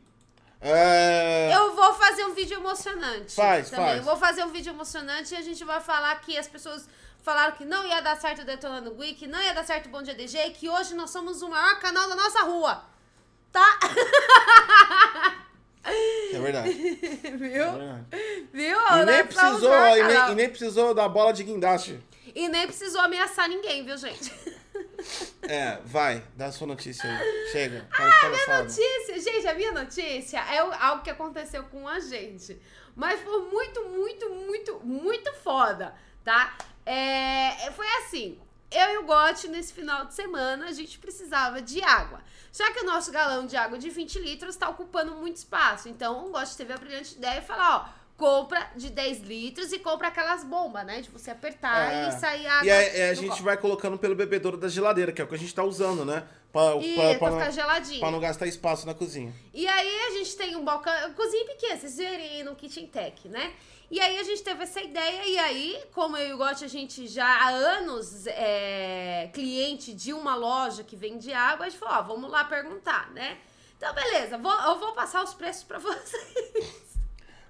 S1: É...
S2: Eu vou fazer um vídeo emocionante.
S1: Faz,
S2: também.
S1: faz.
S2: Eu vou fazer um vídeo emocionante e a gente vai falar que as pessoas falaram que não ia dar certo o Detonando Gui, que não ia dar certo o Bom Dia DG, e que hoje nós somos o maior canal da nossa rua. Tá?
S1: É verdade. É
S2: Viu?
S1: verdade.
S2: Viu?
S1: E
S2: Nós
S1: nem,
S2: somos
S1: precisou,
S2: o maior
S1: e, nem,
S2: canal.
S1: e nem precisou da bola de guindaste.
S2: E nem precisou ameaçar ninguém, viu, gente?
S1: É, vai, dá a sua notícia aí. Chega. Ah, minha
S2: notícia, gente, a minha notícia é o- algo que aconteceu com a gente. Mas foi muito, muito, muito, muito foda, tá? É, foi assim. Eu e o Gotti, nesse final de semana, a gente precisava de água. Já que o nosso galão de água de 20 litros está ocupando muito espaço. Então, o Gotti teve a brilhante ideia de falar, ó, compra de 10 litros e compra aquelas bombas, né? De você apertar
S1: É.
S2: e sair água.
S1: E aí, é, a
S2: do
S1: gente
S2: copo.
S1: vai colocando pelo bebedouro da geladeira, que é o que a gente tá usando, né? Pra,
S2: E
S1: pra-
S2: é pra,
S1: pra
S2: ficar
S1: não,
S2: geladinho.
S1: pra não gastar espaço na cozinha.
S2: E aí a gente tem um balcão, cozinha pequena, vocês verem aí no Kitchen Tech, né? E aí a gente teve essa ideia, e aí, como eu e o Gotti, a gente já há anos é cliente de uma loja que vende água, a gente falou, ó, vamos lá perguntar, né? Então, beleza, vou- eu vou passar os preços pra vocês.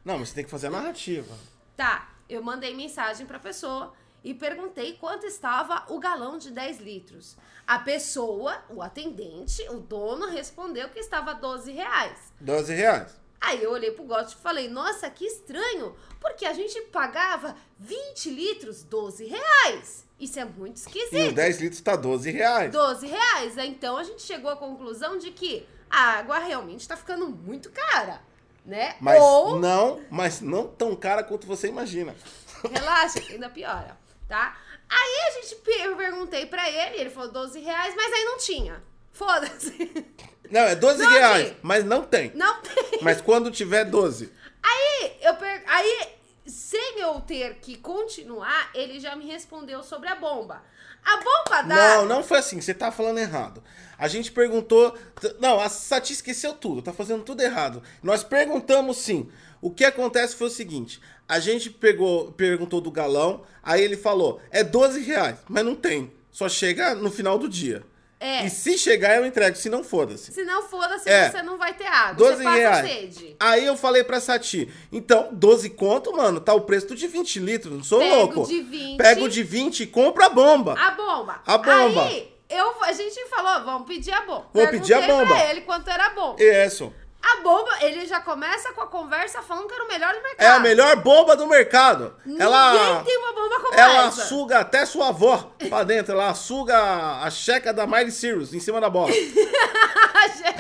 S1: Não, mas você tem que fazer a narrativa.
S2: Tá, eu mandei mensagem pra pessoa e perguntei quanto estava o galão de 10 litros. A pessoa, o atendente, o dono, respondeu que estava 12 reais.
S1: 12 reais.
S2: Aí eu olhei pro Gotti e falei, nossa, que estranho, porque a gente pagava 20 litros 12 reais. Isso é muito
S1: E os
S2: esquisito.
S1: 10 litros tá 12 reais.
S2: 12 reais. Então a gente chegou à conclusão de que a água realmente tá ficando muito cara, né?
S1: Mas
S2: Ou,
S1: não, mas não tão cara quanto você imagina.
S2: relaxa, que ainda piora, tá? Aí a gente, pe- eu perguntei pra ele, ele falou 12 reais, mas aí não tinha. Foda-se.
S1: Não, é 12
S2: Doze.
S1: reais, mas não tem.
S2: Não tem.
S1: Mas quando tiver 12.
S2: eu per- aí, sem eu ter que continuar, ele já me respondeu sobre a bomba. A bomba da.
S1: Não, não foi assim, você tá falando errado. A gente perguntou. t- Não, a Sati esqueceu tudo, tá fazendo tudo errado. Nós perguntamos sim. O que acontece foi o seguinte: a gente pegou, perguntou do galão, aí ele falou: é 12 reais, mas não tem. Só chega no final do dia.
S2: É.
S1: E se chegar, eu entrego, se não, foda-se.
S2: Se não foda-se,
S1: É.
S2: você não vai ter água.
S1: 12
S2: você passa
S1: reais.
S2: sede.
S1: Aí eu falei pra Sati, então, 12 conto, mano, tá o preço do de 20 litros, não sou
S2: Pego
S1: louco.
S2: de Ah. 20.
S1: Pego de 20 e compra a bomba.
S2: A bomba.
S1: A bomba.
S2: Aí, eu, a gente falou, vamos pedir a bomba.
S1: Vou pedir a
S2: Perguntei
S1: bomba.
S2: pra ele quanto era a bomba.
S1: É isso.
S2: A bomba, ele já começa com a conversa falando que era o melhor do mercado.
S1: É a melhor bomba do mercado.
S2: Ah. Ninguém
S1: ela
S2: tem uma bomba como
S1: ela
S2: essa.
S1: suga até sua avó pra dentro. Ela suga a checa da Miley Cyrus em cima da bola.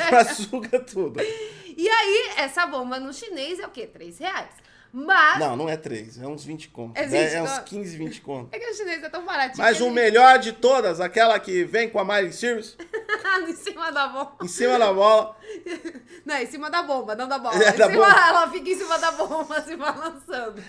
S1: ela suga tudo.
S2: E aí, essa bomba no chinês é o quê? 3 reais. Mas.
S1: Não, não é 3, é uns 20 conto.
S2: É
S1: É,
S2: 20
S1: é uns
S2: conto.
S1: 15, 20 conto.
S2: É que o chinês é tão baratinho.
S1: Mas
S2: que
S1: o
S2: ele-
S1: melhor de todas, aquela que vem com a Miley Cyrus
S2: em cima da bomba.
S1: em cima da bola.
S2: Não, em cima da bomba, não da bola.
S1: É,
S2: Em
S1: da
S2: cima-
S1: bomba.
S2: Ela fica em cima da bomba se balançando.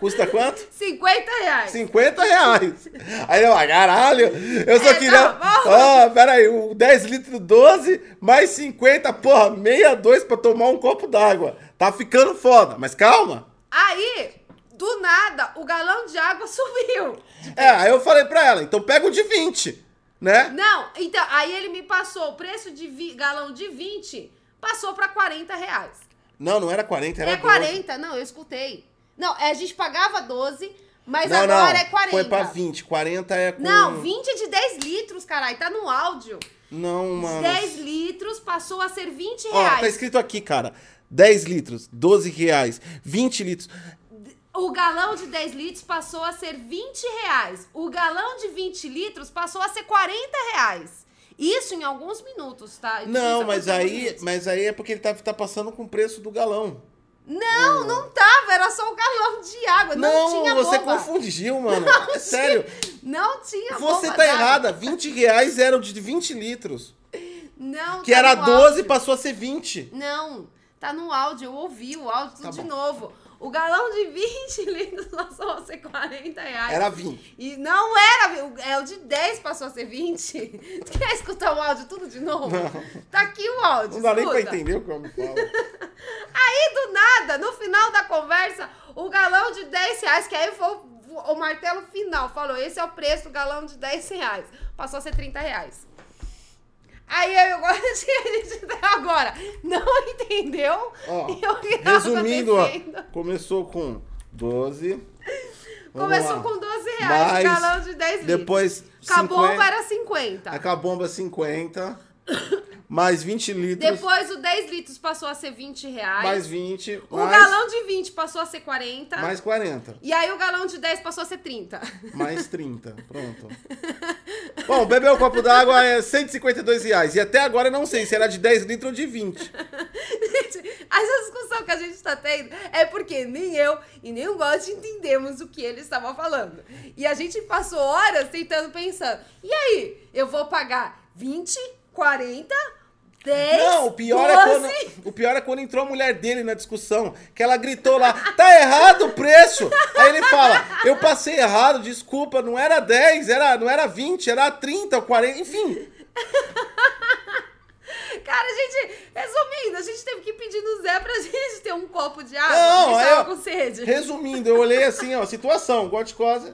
S1: Custa quanto?
S2: 50 reais.
S1: 50 reais. Aí eu, ah, caralho, eu só
S2: É,
S1: queria.
S2: não, vamos.
S1: Ah, peraí, o 10 litros 12, mais 50, porra, 62 pra tomar um copo d'água. Tá ficando foda, mas calma.
S2: Aí, do nada, o galão de água subiu.
S1: É, aí eu falei pra ela, então pega o de 20, né?
S2: Não, então, aí ele me passou o preço de vi- galão de 20, passou pra 40 reais.
S1: Não, não era 40, era
S2: é 40, não, eu escutei. Não, é, a gente pagava 12, mas
S1: 12. Não,
S2: agora
S1: não,
S2: é 40.
S1: Foi pra 20, 40 é com.
S2: Não, 20 é de 10 litros, caralho, tá no áudio.
S1: Não, mano.
S2: 10 litros passou a ser 20
S1: Ó,
S2: reais.
S1: tá escrito aqui, cara. 10 litros, 12 reais, 20 litros.
S2: É O galão de 10 litros passou a ser 20 reais. O galão de 20 litros passou a ser 40 reais. Isso em alguns minutos, tá? Isso
S1: Não,
S2: aconteceu
S1: mas
S2: em alguns
S1: aí,
S2: minutos.
S1: mas aí é porque ele tá, tá passando com o preço do galão.
S2: Não, não tava. Era só o galão de água. Não,
S1: Hum. Não,
S2: tinha
S1: você
S2: bomba.
S1: confundiu, mano. é sério.
S2: Não tinha
S1: Você
S2: bomba
S1: tá
S2: d'água.
S1: errada. 20 reais era o de 20 litros.
S2: Não,
S1: Que
S2: tá
S1: era
S2: no
S1: 12
S2: áudio.
S1: passou a ser 20.
S2: Não, tá no áudio. Eu ouvi o áudio tudo
S1: Tá
S2: de
S1: bom.
S2: novo. O galão de 20 litros passou a ser 40 reais.
S1: Era 20.
S2: E não era, é o de 10 passou a ser 20. Tu quer escutar o áudio tudo de novo?
S1: Não.
S2: Tá aqui o áudio.
S1: Não dá nem pra
S2: escuta.
S1: entender o que eu me falo.
S2: Aí, do nada, no final da conversa, o galão de 10 reais, que aí foi o, o martelo final, falou, esse é o preço do galão de 10 reais. Passou a ser 30 reais. Aí eu agora a gente tá agora. Não entendeu?
S1: Ó,
S2: E o que tava
S1: Resumindo, ó,
S2: acontecendo?
S1: começou com 12. Vamos
S2: Começou
S1: lá.
S2: com 12 reais,
S1: Mais,
S2: galão de 10 litros.
S1: Depois,
S2: Acabou
S1: 50,
S2: era 50.
S1: Acabomba 50. Mais 20 litros.
S2: Depois o 10 litros passou a ser 20 reais.
S1: mais 20.
S2: o
S1: mais,
S2: galão de 20 passou a ser 40.
S1: mais 40.
S2: E aí o galão de 10 passou a ser 30.
S1: Mais 30. Pronto. Bom, beber um copo d'água é 152 reais. E até agora eu não sei se era de 10 litros ou de 20.
S2: Gente, essa discussão que a gente tá tendo é porque nem eu e nem o God entendemos o que ele estava falando. E a gente passou horas tentando pensando. E aí, eu vou pagar 20, 40, 10,
S1: Não, o pior,
S2: 12?
S1: é quando, o pior é quando entrou a mulher dele na discussão, que ela gritou lá, tá errado o preço! Aí ele fala, eu passei errado, desculpa, não era 10, era, não era 20, era 30, 40, enfim.
S2: Cara, a gente, resumindo, a gente teve que pedir no Zé pra gente ter um copo de água.
S1: Não,
S2: porque
S1: aí,
S2: tava
S1: ó,
S2: com sede.
S1: Resumindo, eu olhei assim, ó, situação, goticosa.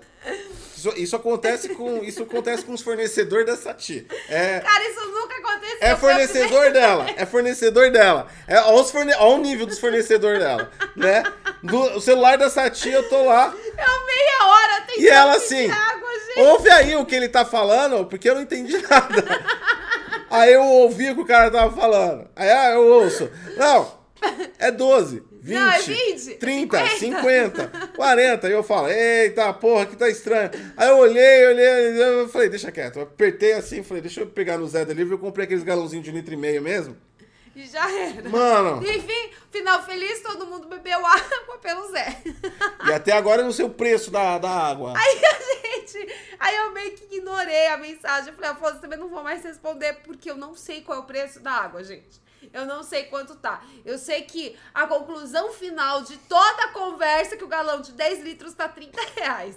S1: Isso, isso acontece com isso acontece com os fornecedores da Sati. É,
S2: Cara, isso nunca aconteceu.
S1: é
S2: foi a primeira-
S1: fornecedor dela, é fornecedor dela. É, ó, os forne- ó o nível dos fornecedores dela, né? Do- o celular da Sati, eu tô lá,
S2: Eu meia hora tentando
S1: E ela
S2: pedir
S1: assim,
S2: Então, água, gente.
S1: ouve aí o que ele tá falando, porque eu não entendi nada. Aí eu ouvi o que o cara tava falando. Aí ah, eu ouço. Não, é 12, 20,
S2: Não, é 20,
S1: 30,
S2: 50.
S1: 50, 40. E eu falo, eita porra, que tá estranho. Aí eu olhei, olhei, olhei, eu falei, deixa quieto. Eu apertei assim, falei, deixa eu pegar no Zé Delivery. Eu comprei aqueles galãozinhos de um litro e meio mesmo.
S2: E já era.
S1: Mano,
S2: Enfim, final feliz, todo mundo bebeu água pelo Zé.
S1: e até agora eu não sei o preço da, da água.
S2: Aí a gente. Aí eu meio que ignorei a mensagem. Eu falei, Afonso, também não vou mais responder, porque eu não sei qual é o preço da água, gente. Eu não sei quanto tá. Eu sei que a conclusão final de toda a conversa é que o galão de 10 litros tá 30 reais.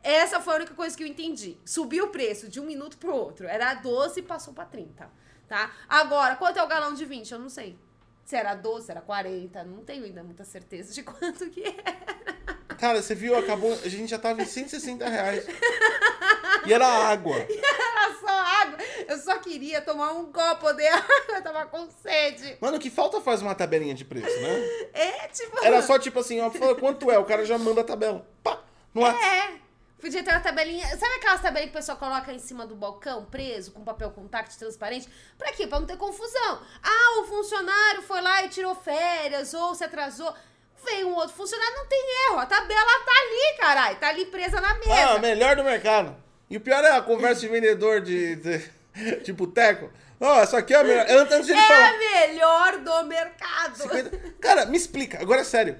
S2: Essa foi a única coisa que eu entendi. Subiu o preço de um minuto pro outro. Era 12 e passou pra 30. Tá? Agora, quanto é o galão de 20? Eu não sei. Se era 12, se era 40, não tenho ainda muita certeza de quanto que é.
S1: Cara, você viu? Acabou. A gente já tava em 160 reais. E era água.
S2: Era só água. Eu só queria tomar um copo de água. Eu tava com sede.
S1: Mano, que falta faz uma tabelinha de preço, né?
S2: É, tipo.
S1: Era só tipo assim, ó, fala quanto é, o cara já manda a tabela. Pá! No WhatsApp.
S2: É. Podia ter uma tabelinha. Sabe aquelas tabelinhas que o pessoal coloca em cima do balcão, preso, com papel contact transparente? Pra quê? Pra não ter confusão. Ah, o funcionário foi lá e tirou férias, ou se atrasou. Vem um outro funcionário, não tem erro. A tabela tá ali, caralho. Tá ali presa na
S1: Ah,
S2: mesa.
S1: melhor do mercado. E o pior é a conversa de vendedor de, de, de boteco. Ó, essa aqui é a melhor. Antes antes de ele
S2: é
S1: falar.
S2: a melhor do mercado.
S1: 50. Cara, me explica, agora é sério.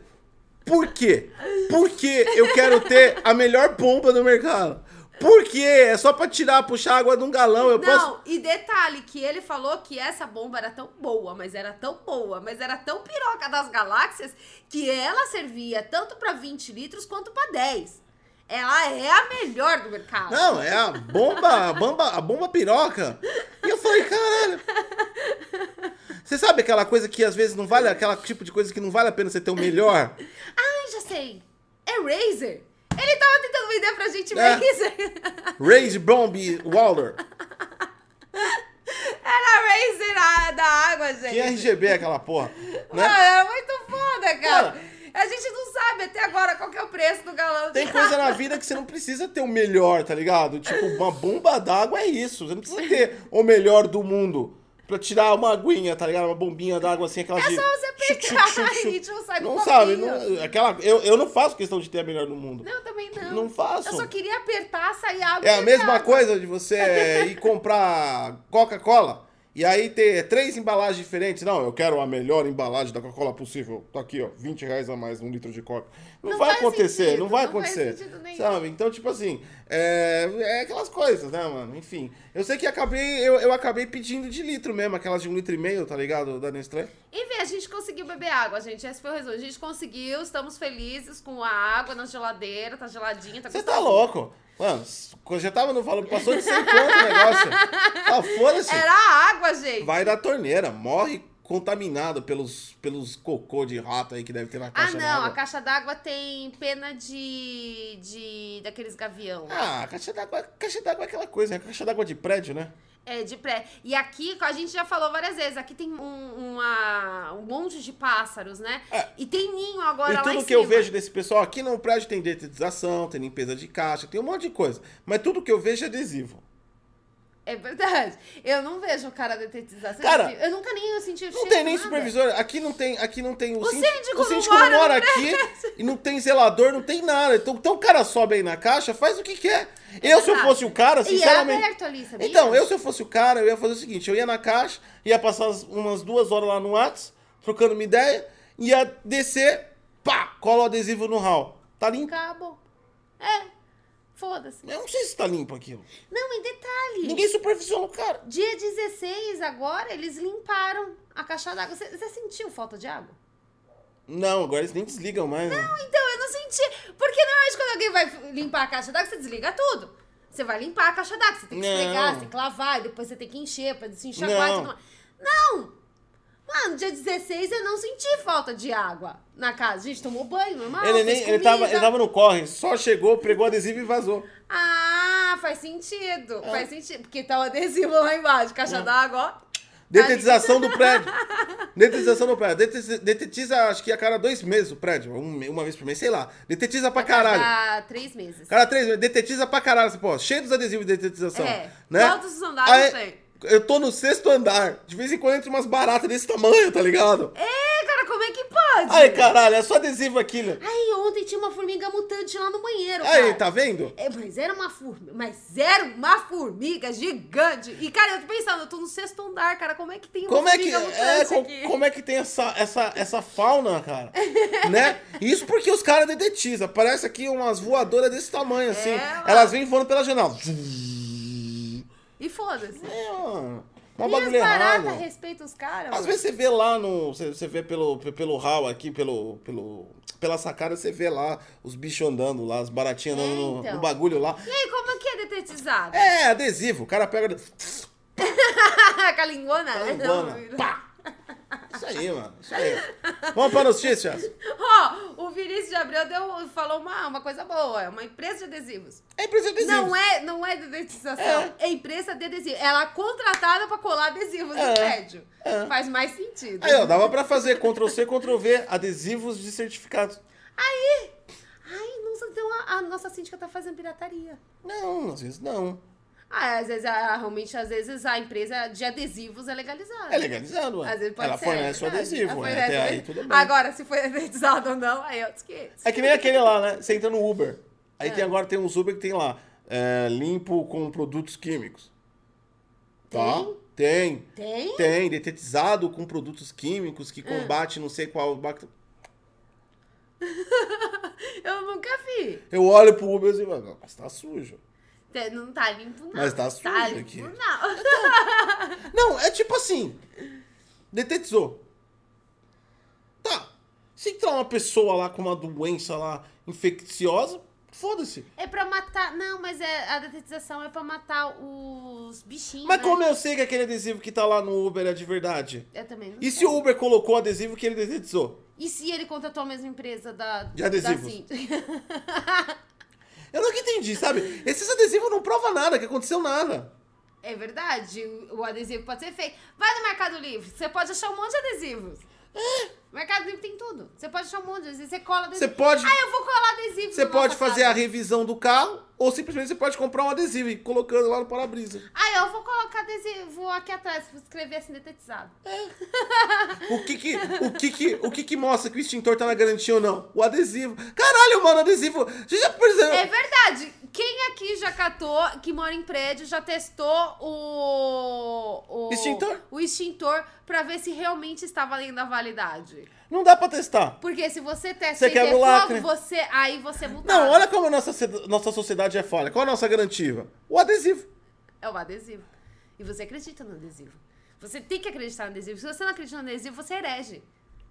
S1: Por quê? Por que eu quero ter a melhor pompa do mercado? Por quê? É só pra tirar, puxar água de um galão. Eu posso.
S2: Não, e detalhe que ele falou que essa bomba era tão boa, mas era tão boa, mas era tão piroca das galáxias que ela servia tanto pra 20 litros quanto pra 10. Ela é a melhor do mercado.
S1: Não, é a bomba, a bomba, a bomba piroca. E eu falei, caralho. Você sabe aquela coisa que às vezes não vale, aquela tipo de coisa que não vale a pena você ter o melhor?
S2: Ai, já sei. É Razer. Ele tava tentando vender pra gente
S1: É.
S2: Razer.
S1: Rage Bomb Walder.
S2: Era Razer a- da água, gente.
S1: Que RGB é aquela porra, né?
S2: Mano, era muito foda, cara.
S1: Cara.
S2: A gente não sabe até agora qual que é o preço do galão
S1: Tem
S2: de
S1: coisa na vida que você não precisa ter o melhor, tá ligado? Tipo, uma bomba d'água é isso. Você não precisa ter o melhor do mundo pra tirar uma aguinha, tá ligado? Uma bombinha d'água assim, aquela de...
S2: É só você
S1: chute,
S2: pegar
S1: chute, chute,
S2: e
S1: chute.
S2: não sai do
S1: Não
S2: copinho.
S1: sabe, não, aquela, eu, eu não faço questão de ter a melhor do mundo.
S2: Não, também não.
S1: Não faço.
S2: Eu só queria apertar, sair água.
S1: É a
S2: e
S1: mesma
S2: água.
S1: coisa de você ir comprar Coca-Cola e aí ter três embalagens diferentes. Não, eu quero a melhor embalagem da Coca-Cola possível. Tá aqui, ó, 20 reais a mais, um litro de Coca. Não,
S2: Não
S1: vai
S2: faz
S1: acontecer,
S2: sentido,
S1: não vai
S2: não faz
S1: acontecer.
S2: sentido nenhum.
S1: sabe? Então, tipo assim, é, é aquelas coisas, né, mano? Enfim. Eu sei que acabei, eu, eu acabei pedindo de litro mesmo, aquelas de um litro e meio, tá ligado? Da Nestlé.
S2: Enfim, a gente conseguiu beber água, gente. Esse foi o resumo. A gente conseguiu, estamos felizes com a água na geladeira, tá geladinha, tá
S1: Você tá
S2: gostosinha.
S1: louco? Mano, quando já tava no valor, passou de 100 conto o negócio. Ah, foda-se.
S2: Era água, gente.
S1: Vai da torneira, morre, contaminada pelos, pelos cocô de rato aí que deve ter na
S2: Ah,
S1: caixa
S2: não,
S1: d'água.
S2: a caixa d'água tem pena de. de daqueles gavião.
S1: Ah, a caixa d'água, a caixa d'água é aquela coisa, é a caixa d'água de prédio, né?
S2: É, de pré. E aqui, a gente já falou várias vezes, aqui tem um, uma- um monte de pássaros, né?
S1: É.
S2: E tem ninho agora
S1: e
S2: lá
S1: tudo
S2: em
S1: que
S2: cima.
S1: eu vejo desse pessoal, aqui no prédio tem detetização, tem limpeza de caixa, tem um monte de coisa. Mas tudo que eu vejo é adesivo.
S2: É verdade. Eu não vejo o cara detetização.
S1: Cara,
S2: eu nunca nem senti o
S1: Não
S2: cheiro,
S1: tem nem
S2: nada.
S1: supervisor, aqui não tem, aqui não tem
S2: O
S1: síndico-
S2: síndico
S1: o
S2: não
S1: síndico não
S2: mora no
S1: mora aqui e não tem zelador, não tem nada. Então, então o cara sobe aí na caixa, faz o que quer. eu se eu
S2: verdade.
S1: fosse o cara,
S2: E é
S1: sinceramente,
S2: aberto ali, sabia?
S1: Então, eu se eu fosse o cara, eu ia fazer o seguinte: eu ia na caixa, ia passar as- umas duas horas lá no Whats, trocando uma ideia, ia descer, pá, cola o adesivo no hall. Tá limpo?
S2: Acabou. É. Foda-se.
S1: Eu não sei se tá limpo aquilo.
S2: Não, em detalhe.
S1: Ninguém supervisiona o cara.
S2: Dia 16 agora, eles limparam a caixa d'água. Você você sentiu falta de água?
S1: Não, agora eles nem desligam mais. né?
S2: Então, eu não senti. Porque normalmente quando alguém vai limpar a caixa d'água, você desliga tudo. Você vai limpar a caixa d'água, você tem que
S1: Não.
S2: esfregar, você tem que lavar, e depois você tem que encher pra se enxaguar e
S1: Não.
S2: tudo mais. Não! Mano, dia 16 eu não senti falta de água na casa. gente tomou banho, normal.
S1: ele,
S2: fez
S1: nem, ele,
S2: comida.
S1: tava, ele tava no corre, só chegou, pregou o adesivo e vazou.
S2: Ah, faz sentido. Faz sentido. Porque tá o adesivo lá embaixo. Caixa d'água, ó.
S1: Detetização do prédio. Detetização do prédio. Detetiza, detetiza, acho que a cada dois meses o prédio. um- uma vez por mês, sei lá. Detetiza
S2: É
S1: pra caralho.
S2: Há três meses.
S1: Cara, três vezes, detetiza pra caralho essa porra. Cheio dos adesivos de detetização.
S2: É.
S1: Né?
S2: Todos os andares
S1: Aí,
S2: tem.
S1: Eu tô no sexto andar. De vez em quando entra umas baratas desse tamanho, tá ligado?
S2: É, cara, como é que pode?
S1: Ai, caralho, é só adesivo aqui, né?
S2: Ai, ontem tinha uma formiga mutante lá no banheiro, cara.
S1: Aí, tá vendo?
S2: É, mas era uma formiga, mas era uma formiga gigante. E, cara, eu tô pensando, eu tô no sexto andar, cara, como é que tem uma
S1: Como é que,
S2: formiga
S1: é,
S2: mutante
S1: co-
S2: aqui?
S1: como é que tem essa, essa, essa fauna, cara? né? Isso porque os caras detetizam. Parece aqui umas voadoras desse tamanho, assim.
S2: É, mano.
S1: Elas vêm voando pela janela.
S2: E foda-se.
S1: É, mano. Uma
S2: E as
S1: bagulho errado.
S2: baratas respeitam os caras?
S1: Às
S2: mano?
S1: vezes você vê lá no. Você, você vê pelo, pe- pelo hall aqui, pelo, pelo, pela sacada, você vê lá os bichos andando lá, as baratinhas
S2: É,
S1: andando no-
S2: então.
S1: no, bagulho lá.
S2: E aí, como que é detetizado?
S1: É, adesivo. O cara pega.
S2: Com a lingona, né?
S1: Urbana.
S2: Não,
S1: Pá! Isso aí, mano. Isso aí. Vamos pra notícias.
S2: Ó, o Vinícius de Abreu deu, falou uma, uma coisa boa, é uma empresa de adesivos.
S1: É empresa de adesivo.
S2: Não é, não é dedetização, é. empresa de adesivo. Ela é contratada pra colar adesivos no
S1: É.
S2: prédio.
S1: É.
S2: Faz mais sentido.
S1: Aí, ó, dava pra fazer Ctrl-C, Ctrl-V, adesivos de certificados.
S2: Ai, nossa, então a, a nossa síndica tá fazendo pirataria.
S1: Não, às vezes não.
S2: Ah, às vezes, a- realmente, às vezes a empresa de adesivos é legalizada.
S1: É legalizado, mano.
S2: Às vezes pode
S1: Ela
S2: ser, é
S1: fornece o
S2: verdade.
S1: adesivo, né?
S2: Ela fornece
S1: Até
S2: o
S1: aí
S2: adesivo.
S1: tudo bem.
S2: Agora, se foi adesivado ou não, aí é outros 500.
S1: É que nem aquele lá, né? Você entra no Uber. Aí
S2: É.
S1: tem agora tem uns Uber que tem lá. é, limpo com produtos químicos. Tá? Tem.
S2: Tem?
S1: Tem, detetizado com produtos químicos que
S2: Hum.
S1: combate não sei qual bactéria.
S2: Eu nunca vi.
S1: Eu olho pro Uber e digo, "Não, mas tá sujo.
S2: Tem- Não tá limpo, não.
S1: Mas tá sujo
S2: Tá limpo,
S1: aqui.
S2: não.
S1: Não, é tipo assim. Detetizou. Tá. Se entrar uma pessoa lá com uma doença lá infecciosa, foda-se.
S2: É pra matar... Não, mas é, a detetização é pra matar os bichinhos,
S1: Mas
S2: né?
S1: como eu sei que aquele adesivo que tá lá no Uber é de verdade?
S2: Eu também não
S1: E
S2: sei.
S1: se o Uber colocou o adesivo que ele detetizou?
S2: E se ele contratou a mesma empresa da...
S1: De adesivos.
S2: Da síndica?
S1: Eu nunca entendi, sabe? Esses adesivos não provam nada, que aconteceu nada.
S2: É verdade, o o adesivo pode ser feio. Vai no Mercado Livre, você pode achar um monte de adesivos. Mercado Livre tem tudo. Você pode achar um monte de adesivos, você cola
S1: É? Você
S2: adesivo.
S1: pode,
S2: Ah, eu vou colar adesivo.
S1: você
S2: na
S1: pode
S2: nossa
S1: fazer a
S2: casa.
S1: revisão do carro ou simplesmente você pode comprar um adesivo e ir colocando lá no para-brisa.
S2: Ah, eu vou colocar adesivo aqui atrás, vou escrever assim, detetizado.
S1: É. O que que, o que que, o que que mostra que o extintor tá na garantia ou não? O adesivo. Caralho, mano, adesivo. Você já por exemplo,
S2: É verdade. Quem aqui já catou, que mora em prédio, já testou o... o
S1: Extintor?
S2: O extintor pra ver se realmente estava lendo a validade.
S1: não dá pra testar.
S2: Porque se você tá testa
S1: Você
S2: e der
S1: quebra o lacre.
S2: fogo, você, aí você é multado.
S1: Não, olha como a nossa socie- nossa sociedade é foda. Qual a nossa garantia? O adesivo.
S2: É o adesivo. E você acredita no adesivo. Você tem que acreditar no adesivo. Se você não acredita no adesivo, você é herege.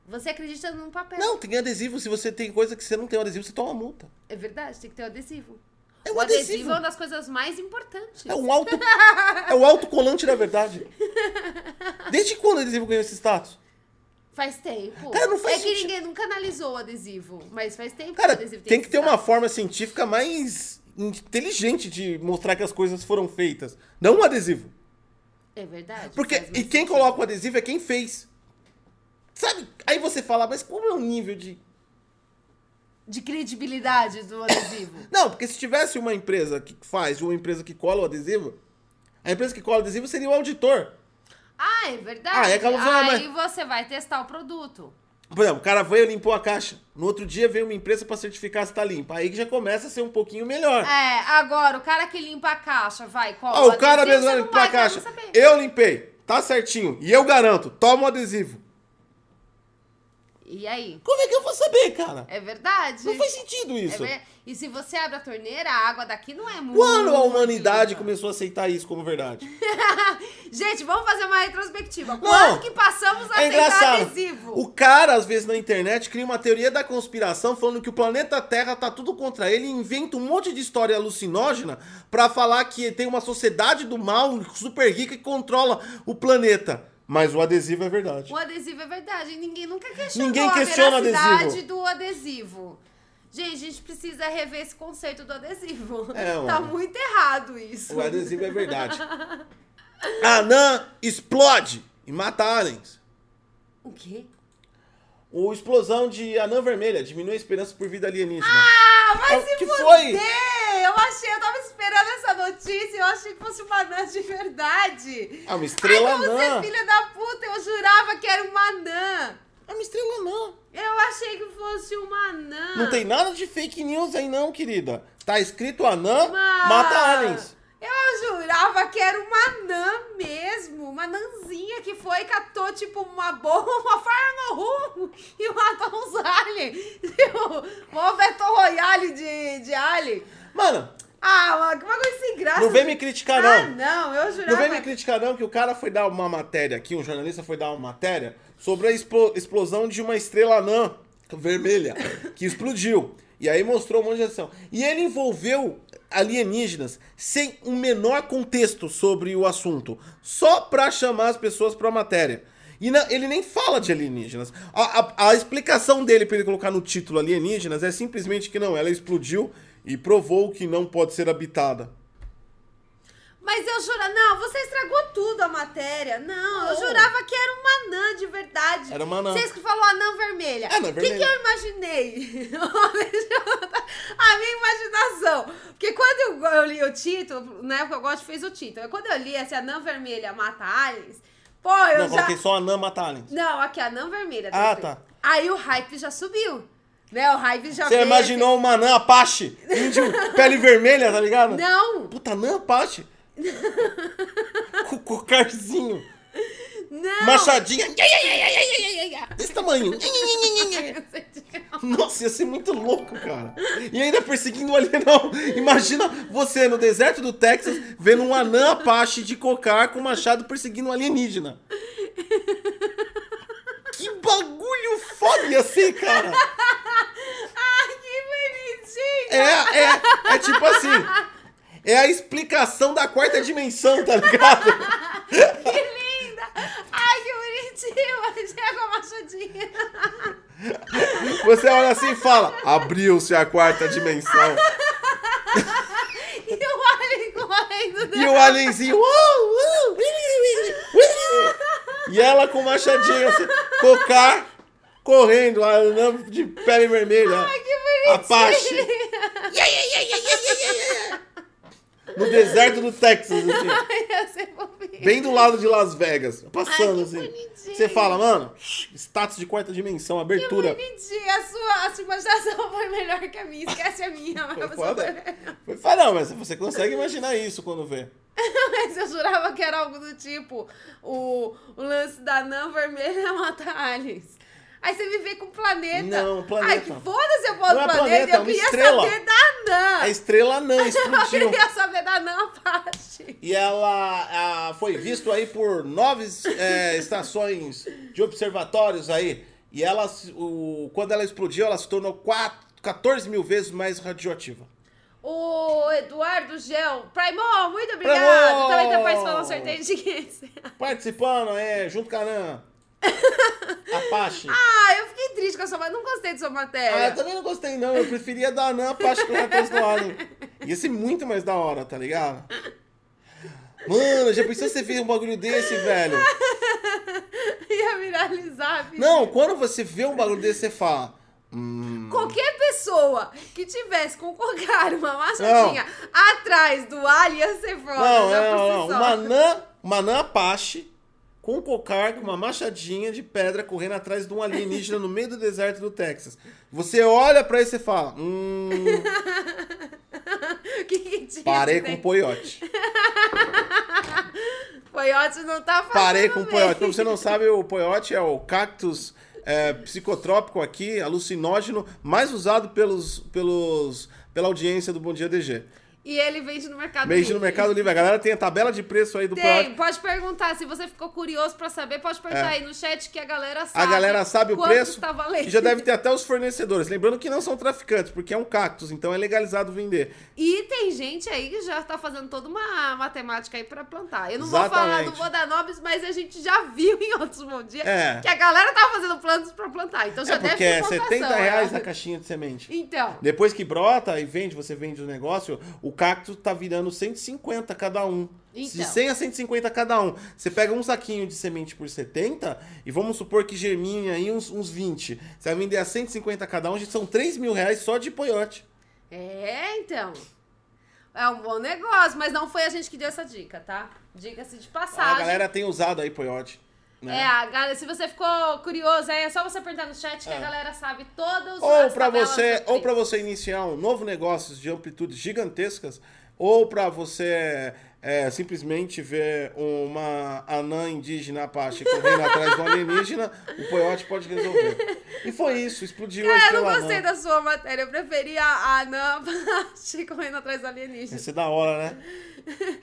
S2: Você acredita num papel.
S1: Não, tem adesivo, se você tem coisa que você não tem o adesivo, você toma multa.
S2: É verdade, tem que ter o adesivo.
S1: É
S2: o
S1: o
S2: adesivo.
S1: adesivo.
S2: é uma das coisas mais importantes.
S1: É um auto. é o autocolante, na verdade. Desde quando o adesivo ganhou esse status?
S2: Faz tempo.
S1: Cara, não faz
S2: é que
S1: sentido.
S2: ninguém nunca analisou o adesivo, mas faz tempo
S1: Cara,
S2: que o adesivo
S1: tem que ter uma
S2: estado.
S1: forma científica mais inteligente de mostrar que as coisas foram feitas. Não um adesivo.
S2: É verdade.
S1: Porque,
S2: faz mais
S1: e quem
S2: sentido.
S1: coloca o adesivo é quem fez. Sabe? Aí você fala, mas como é o nível de.
S2: De credibilidade do adesivo.
S1: Não, porque se tivesse uma empresa que faz e uma empresa que cola o adesivo, a empresa que cola o adesivo seria o auditor.
S2: Ah, é verdade.
S1: Ah, é aquela pessoa,
S2: Aí você vai testar o produto.
S1: Por exemplo, o cara veio e limpou a caixa. No outro dia veio uma empresa pra certificar se tá limpa. Aí que já começa a ser um pouquinho melhor.
S2: É, agora, o cara que limpa a caixa, vai, cola.
S1: Ó, o cara
S2: adesivo,
S1: mesmo
S2: você não
S1: limpou a
S2: vai,
S1: caixa.
S2: quero saber.
S1: Eu limpei. Tá certinho. E eu garanto. Toma o adesivo.
S2: E aí?
S1: Como é que eu vou saber, cara?
S2: É verdade.
S1: Não faz sentido
S2: É
S1: isso.
S2: ver- E se você abre a torneira, a água daqui não é muito.
S1: Quando a humanidade
S2: limpa.
S1: começou a aceitar isso como verdade?
S2: Gente, vamos fazer uma retrospectiva. Quando que passamos a
S1: É
S2: aceitar
S1: engraçado.
S2: adesivo?
S1: O cara, às vezes, na internet, cria uma teoria da conspiração falando que o planeta Terra tá tudo contra ele e inventa um monte de história alucinógena pra falar que tem uma sociedade do mal super rica que controla o planeta. Mas o adesivo é verdade.
S2: O adesivo é verdade. e Ninguém nunca questionou
S1: Ninguém
S2: a
S1: questiona
S2: veracidade
S1: adesivo.
S2: do adesivo. Gente, a gente precisa rever esse conceito do adesivo.
S1: É,
S2: tá
S1: mano.
S2: muito errado isso.
S1: O adesivo é verdade. Anã explode e mata aliens.
S2: O quê?
S1: O explosão de anã vermelha diminui a esperança por vida alienígena.
S2: Ah, vai
S1: É o
S2: se
S1: que
S2: fuder!
S1: foi?
S2: Eu achei, eu tava esperando essa notícia, eu achei que fosse uma anã de verdade.
S1: É uma
S2: Ai,
S1: estrela
S2: como você é
S1: anã.
S2: filha da puta, eu jurava que era uma anã.
S1: É uma estrela anã.
S2: Eu achei que fosse uma anã.
S1: Não tem nada de fake news aí não, querida. Tá escrito anã,
S2: Mano,
S1: mata aliens.
S2: Eu jurava que era uma anã mesmo, uma anãzinha que foi e catou, tipo, uma bomba, uma farma e matou uns alien. Tipo, mó Battle Royale de, de alien.
S1: Mano,
S2: Ah, mano, Assim que bagulho sem graça.
S1: não vem me criticar
S2: Ah,
S1: não.
S2: não, eu
S1: Não
S2: jurava.
S1: vem me criticar não, que o cara foi dar uma matéria aqui, um jornalista foi dar uma matéria sobre a explo- explosão de uma estrela anã vermelha que explodiu. E aí mostrou um monte de ação. E ele envolveu alienígenas sem o menor contexto sobre o assunto, só pra chamar as pessoas pra matéria. E na- ele nem fala de alienígenas. A, a- a explicação dele pra ele colocar no título alienígenas é simplesmente que não, ela explodiu e provou que não pode ser habitada.
S2: Mas eu jurava. Não, você estragou tudo a matéria. Não, eu
S1: Não.
S2: jurava que era uma anã de verdade.
S1: Era uma anã. É,
S2: Vocês que falou anã vermelha.
S1: Anã
S2: O que,
S1: vermelha.
S2: que eu imaginei? a minha imaginação. Porque quando eu, eu li o título, na época eu gosto fez o título. Quando eu li essa anã vermelha mata aliens, pô, eu
S1: não,
S2: já.
S1: coloquei só anã mata aliens.
S2: Não, aqui, anã vermelha.
S1: Ah,
S2: tranquilo.
S1: tá.
S2: Aí o hype já subiu. Né? O hype já
S1: Você
S2: veio,
S1: imaginou uma anã Apache? Índio, pele vermelha, tá ligado?
S2: assim, Não!
S1: Puta, anã Apache. Com cocarzinho.
S2: Não!
S1: Machadinha. Desse tamanho. Nossa, ia ser muito louco, cara. E ainda perseguindo o alienão. Imagina você no deserto do Texas vendo um anã Apache de cocar com machado perseguindo um alienígena. Que bagulho foda ia ser, cara.
S2: Ai, que bonitinho!
S1: É, é, é tipo assim. É a explicação da quarta dimensão, tá ligado? É.
S2: Que linda! Ai, que bonitinho! Achei com a machadinha.
S1: Você olha assim e fala: abriu-se a quarta dimensão.
S2: E o Alien correndo
S1: E
S2: dela.
S1: o alienzinho. "Uau, uau, uau, uau." E ela com machadinha, assim, cocar, correndo, a anã de pele vermelha.
S2: Ai, que bonitinho!
S1: Apache. No deserto do Texas, assim,
S2: Ai, ia ser fofinho.
S1: bem do lado de Las Vegas. Passando
S2: que
S1: assim.
S2: bonitinho.
S1: Você fala, mano, status de quarta dimensão,
S2: Que
S1: abertura.
S2: bonitinho! A sua, a sua imaginação foi melhor que a minha. Esquece a minha. Mas,
S1: Foi
S2: você-
S1: foda. Foi foda, não, mas você consegue imaginar isso quando vê.
S2: mas eu jurava que era algo do tipo o, o lance da Nã vermelha mata aliens. Aí você me vê com o planeta.
S1: Não, planeta.
S2: Ai, que foda-se eu posso
S1: Não é
S2: planeta.
S1: planeta, é
S2: Eu
S1: uma
S2: queria
S1: estrela. É
S2: saber da Nã.
S1: A estrela anã
S2: Eu
S1: explodiu.
S2: queria saber da Nã Apache.
S1: E ela ah, foi visto aí por nove eh, estações de observatórios aí. E ela, se- o, quando ela explodiu, ela se tornou quatro, 14 mil vezes mais radioativa.
S2: O Eduardo Gel. Primol, muito obrigado.
S1: Primol!
S2: Também tá participando do sorteio de 15.
S1: Participando aí, é, junto com a Anã. Apache?
S2: Ah, eu fiquei triste com a sua matéria. Não gostei de sua
S1: Ah, eu
S2: matéria.
S1: também não gostei, não. Eu preferia da Anã parte que o Matheus do Alien. Ia ser muito mais da hora, tá ligado? Mano, já pensou você ver um bagulho desse, velho?
S2: Ia viralizar, bicho.
S1: Não, quando você vê um bagulho desse, você fala. Hum.
S2: Qualquer pessoa que tivesse com cocar uma machadinha atrás do alien ia ser foda.
S1: Não,
S2: já
S1: não,
S2: por si
S1: não.
S2: só.
S1: Uma anã, uma anã Apache com um cocar, com uma machadinha de pedra correndo atrás de um alienígena no meio do deserto do Texas. Você olha pra isso e fala: Hum,
S2: O que que tinha
S1: parei
S2: que
S1: com um
S2: ter?
S1: o Poiote.
S2: Coiote não tá fazendo
S1: Parei com um o
S2: bem.
S1: Poiote. Pra você não sabe, o Poiote é o cactus é, psicotrópico aqui, alucinógeno, mais usado pelos, pelos, pela audiência do Bom Dia DG.
S2: E ele vende no Mercado
S1: Beijo no
S2: Livre.
S1: Mercado Livre. A galera tem a tabela de preço aí do Poiote.
S2: Tem, pode perguntar. Se você ficou curioso pra saber, pode perguntar aí no chat que a galera sabe.
S1: É. A galera sabe o
S2: quanto
S1: preço
S2: Tá valendo.
S1: e já deve ter até os fornecedores. Lembrando que não são traficantes, porque é um cactus, então é legalizado vender.
S2: E tem gente aí que já tá fazendo toda uma matemática aí pra plantar. Eu não vou falar,
S1: Exatamente.
S2: não vou dar nomes, mas a gente já viu em outros bom dia
S1: É.
S2: que a galera tá fazendo planos pra plantar. Então já
S1: é porque
S2: deve ter
S1: é
S2: plantação.
S1: 70 reais
S2: né?
S1: a caixinha de semente.
S2: Então,
S1: Depois que brota e vende, você vende o negócio, o cacto tá virando 150 cada um. De
S2: Então.
S1: 100 a 150 cada um. Você pega um saquinho de semente por 70 e vamos supor que germine aí uns, uns 20. Você vai vender a 150 cada um, já são 3 mil reais só de poiote.
S2: é, então. É um bom negócio, mas não foi a gente que deu essa dica, tá? Diga-se de passagem.
S1: A galera tem usado aí poiote. né?
S2: É, a galera, se você ficou curioso, aí é só você perguntar no chat que a
S1: É.
S2: galera sabe todos os
S1: ou para você ou para você iniciar um novo negócio de amplitudes gigantescas ou para você é, simplesmente ver uma anã indígena Apache correndo atrás de um alienígena, o Coyote pode resolver. E foi isso, explodiu a
S2: Cara, É, eu
S1: estrela
S2: não gostei
S1: anã.
S2: da sua matéria. Eu preferia a Ana Apache correndo atrás do alienígena.
S1: Ia ser da hora, né?